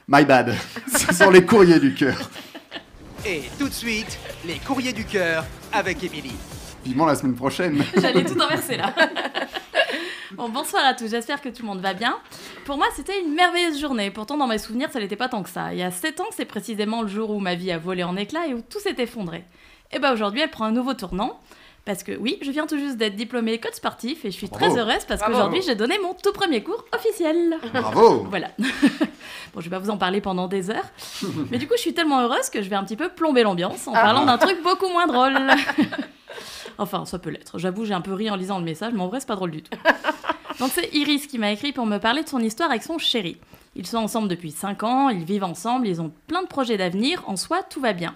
[SPEAKER 2] My bad. Ce sont les courriers du cœur.
[SPEAKER 1] Et tout de suite, les courriers du cœur avec Émilie.
[SPEAKER 2] Vivement la semaine prochaine.
[SPEAKER 16] J'allais tout inverser là. Bon, bonsoir à tous, j'espère que tout le monde va bien. Pour moi, c'était une merveilleuse journée. Pourtant, dans mes souvenirs, ça n'était pas tant que ça. Il y a 7 ans, c'est précisément le jour où ma vie a volé en éclats et où tout s'est effondré. Et bah aujourd'hui, elle prend un nouveau tournant. Parce que oui, je viens tout juste d'être diplômée coach sportif et je suis
[SPEAKER 6] Bravo.
[SPEAKER 16] très heureuse parce
[SPEAKER 6] Bravo.
[SPEAKER 16] qu'aujourd'hui, j'ai donné mon tout premier cours officiel.
[SPEAKER 6] Bravo.
[SPEAKER 16] Voilà. Bon, je vais pas vous en parler pendant des heures. Mais du coup, je suis tellement heureuse que je vais un petit peu plomber l'ambiance en
[SPEAKER 6] Ah.
[SPEAKER 16] parlant d'un truc beaucoup moins drôle. Enfin, ça peut l'être. J'avoue, j'ai un peu ri en lisant le message, mais en vrai, c'est pas drôle du tout. Donc, c'est Iris qui m'a écrit pour me parler de son histoire avec son chéri. Ils sont ensemble depuis 5 ans, ils vivent ensemble, ils ont plein de projets d'avenir. En soi, tout va bien.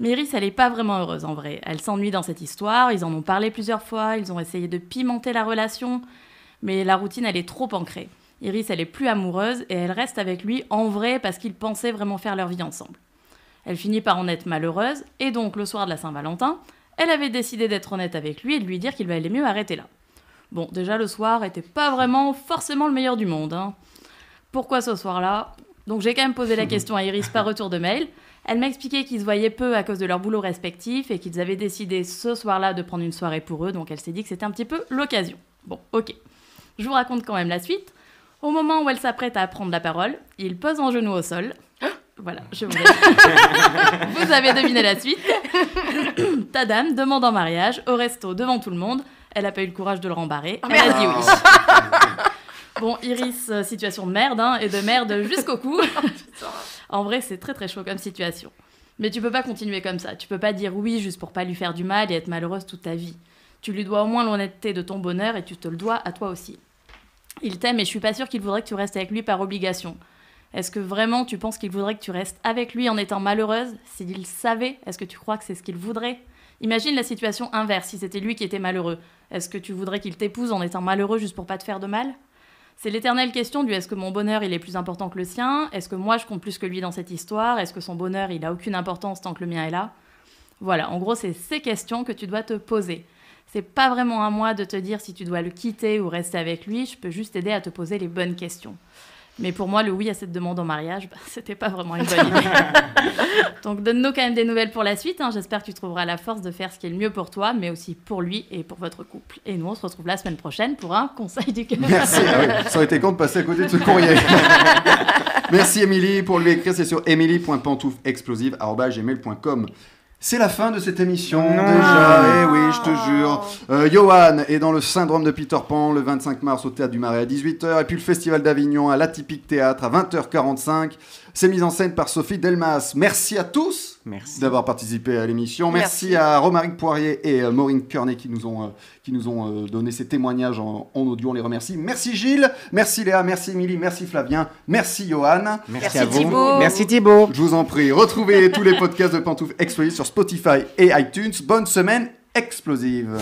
[SPEAKER 16] Mais Iris, elle n'est pas vraiment heureuse en vrai. Elle s'ennuie dans cette histoire, ils en ont parlé plusieurs fois, ils ont essayé de pimenter la relation, mais la routine, elle est trop ancrée. Iris, elle est plus amoureuse et elle reste avec lui en vrai parce qu'ils pensaient vraiment faire leur vie ensemble. Elle finit par en être malheureuse et donc le soir de la Saint-Valentin, Elle avait décidé d'être honnête avec lui et de lui dire qu'il valait mieux arrêter là. Bon, déjà le soir était pas vraiment forcément le meilleur du monde. hein. Pourquoi ce soir-là Donc j'ai quand même posé la question à Iris par retour de mail. Elle m'a expliqué qu'ils se voyaient peu à cause de leur boulot respectif et qu'ils avaient décidé ce soir-là de prendre une soirée pour eux, donc elle s'est dit que c'était un petit peu l'occasion. Bon, ok. Je vous raconte quand même la suite. Au moment où elle s'apprête à prendre la parole, il pose un genou au sol. Voilà, je vous laisse. vous avez deviné la suite. Ta dame demande en mariage au resto devant tout le monde. Elle n'a pas eu le courage de le rembarrer. Elle a dit oui. Bon, Iris, euh, situation de merde, hein, et de merde jusqu'au cou. en vrai, c'est très très chaud comme situation. Mais tu peux pas continuer comme ça. Tu peux pas dire oui juste pour pas lui faire du mal et être malheureuse toute ta vie. Tu lui dois au moins l'honnêteté de ton bonheur et tu te le dois à toi aussi. Il t'aime et je suis pas sûre qu'il voudrait que tu restes avec lui par obligation. Est-ce que vraiment tu penses qu'il voudrait que tu restes avec lui en étant malheureuse S'il savait, est-ce que tu crois que c'est ce qu'il voudrait Imagine la situation inverse, si c'était lui qui était malheureux. Est-ce que tu voudrais qu'il t'épouse en étant malheureux juste pour pas te faire de mal c'est l'éternelle question du est-ce que mon bonheur il est plus important que le sien Est-ce que moi je compte plus que lui dans cette histoire Est-ce que son bonheur il a aucune importance tant que le mien est là Voilà, en gros c'est ces questions que tu dois te poser. C'est pas vraiment à moi de te dire si tu dois le quitter ou rester avec lui, je peux juste t'aider à te poser les bonnes questions. Mais pour moi, le oui à cette demande en mariage, bah, c'était pas vraiment une bonne idée. Donc donne-nous quand même des nouvelles pour la suite. hein. J'espère que tu trouveras la force de faire ce qui est le mieux pour toi, mais aussi pour lui et pour votre couple. Et nous, on se retrouve la semaine prochaine pour un conseil du cœur.
[SPEAKER 2] Merci. Ah oui, ça aurait été con de passer à côté de ce courrier. Merci Émilie pour lui écrire. C'est sur emily.pantouflexplosive.com. C'est la fin de cette émission déjà. Eh oui, je te jure. Euh, Johan est dans le syndrome de Peter Pan le 25 mars au Théâtre du Marais à 18h et puis le Festival d'Avignon à l'Atypique Théâtre à 20h45. C'est mis en scène par Sophie Delmas. Merci à tous d'avoir participé à l'émission. Merci,
[SPEAKER 5] Merci.
[SPEAKER 2] à Romaric Poirier et euh, Maureen Kearney qui nous ont, euh, qui nous ont euh, donné ces témoignages en, en audio. On les remercie. Merci Gilles, merci Léa, merci Émilie, merci Flavien, merci Johan.
[SPEAKER 3] Merci à vous. Thibaut. Merci Thibaut.
[SPEAKER 2] Je vous en prie. Retrouvez tous les podcasts de Pantouf Explosive sur Spotify et iTunes. Bonne semaine explosive.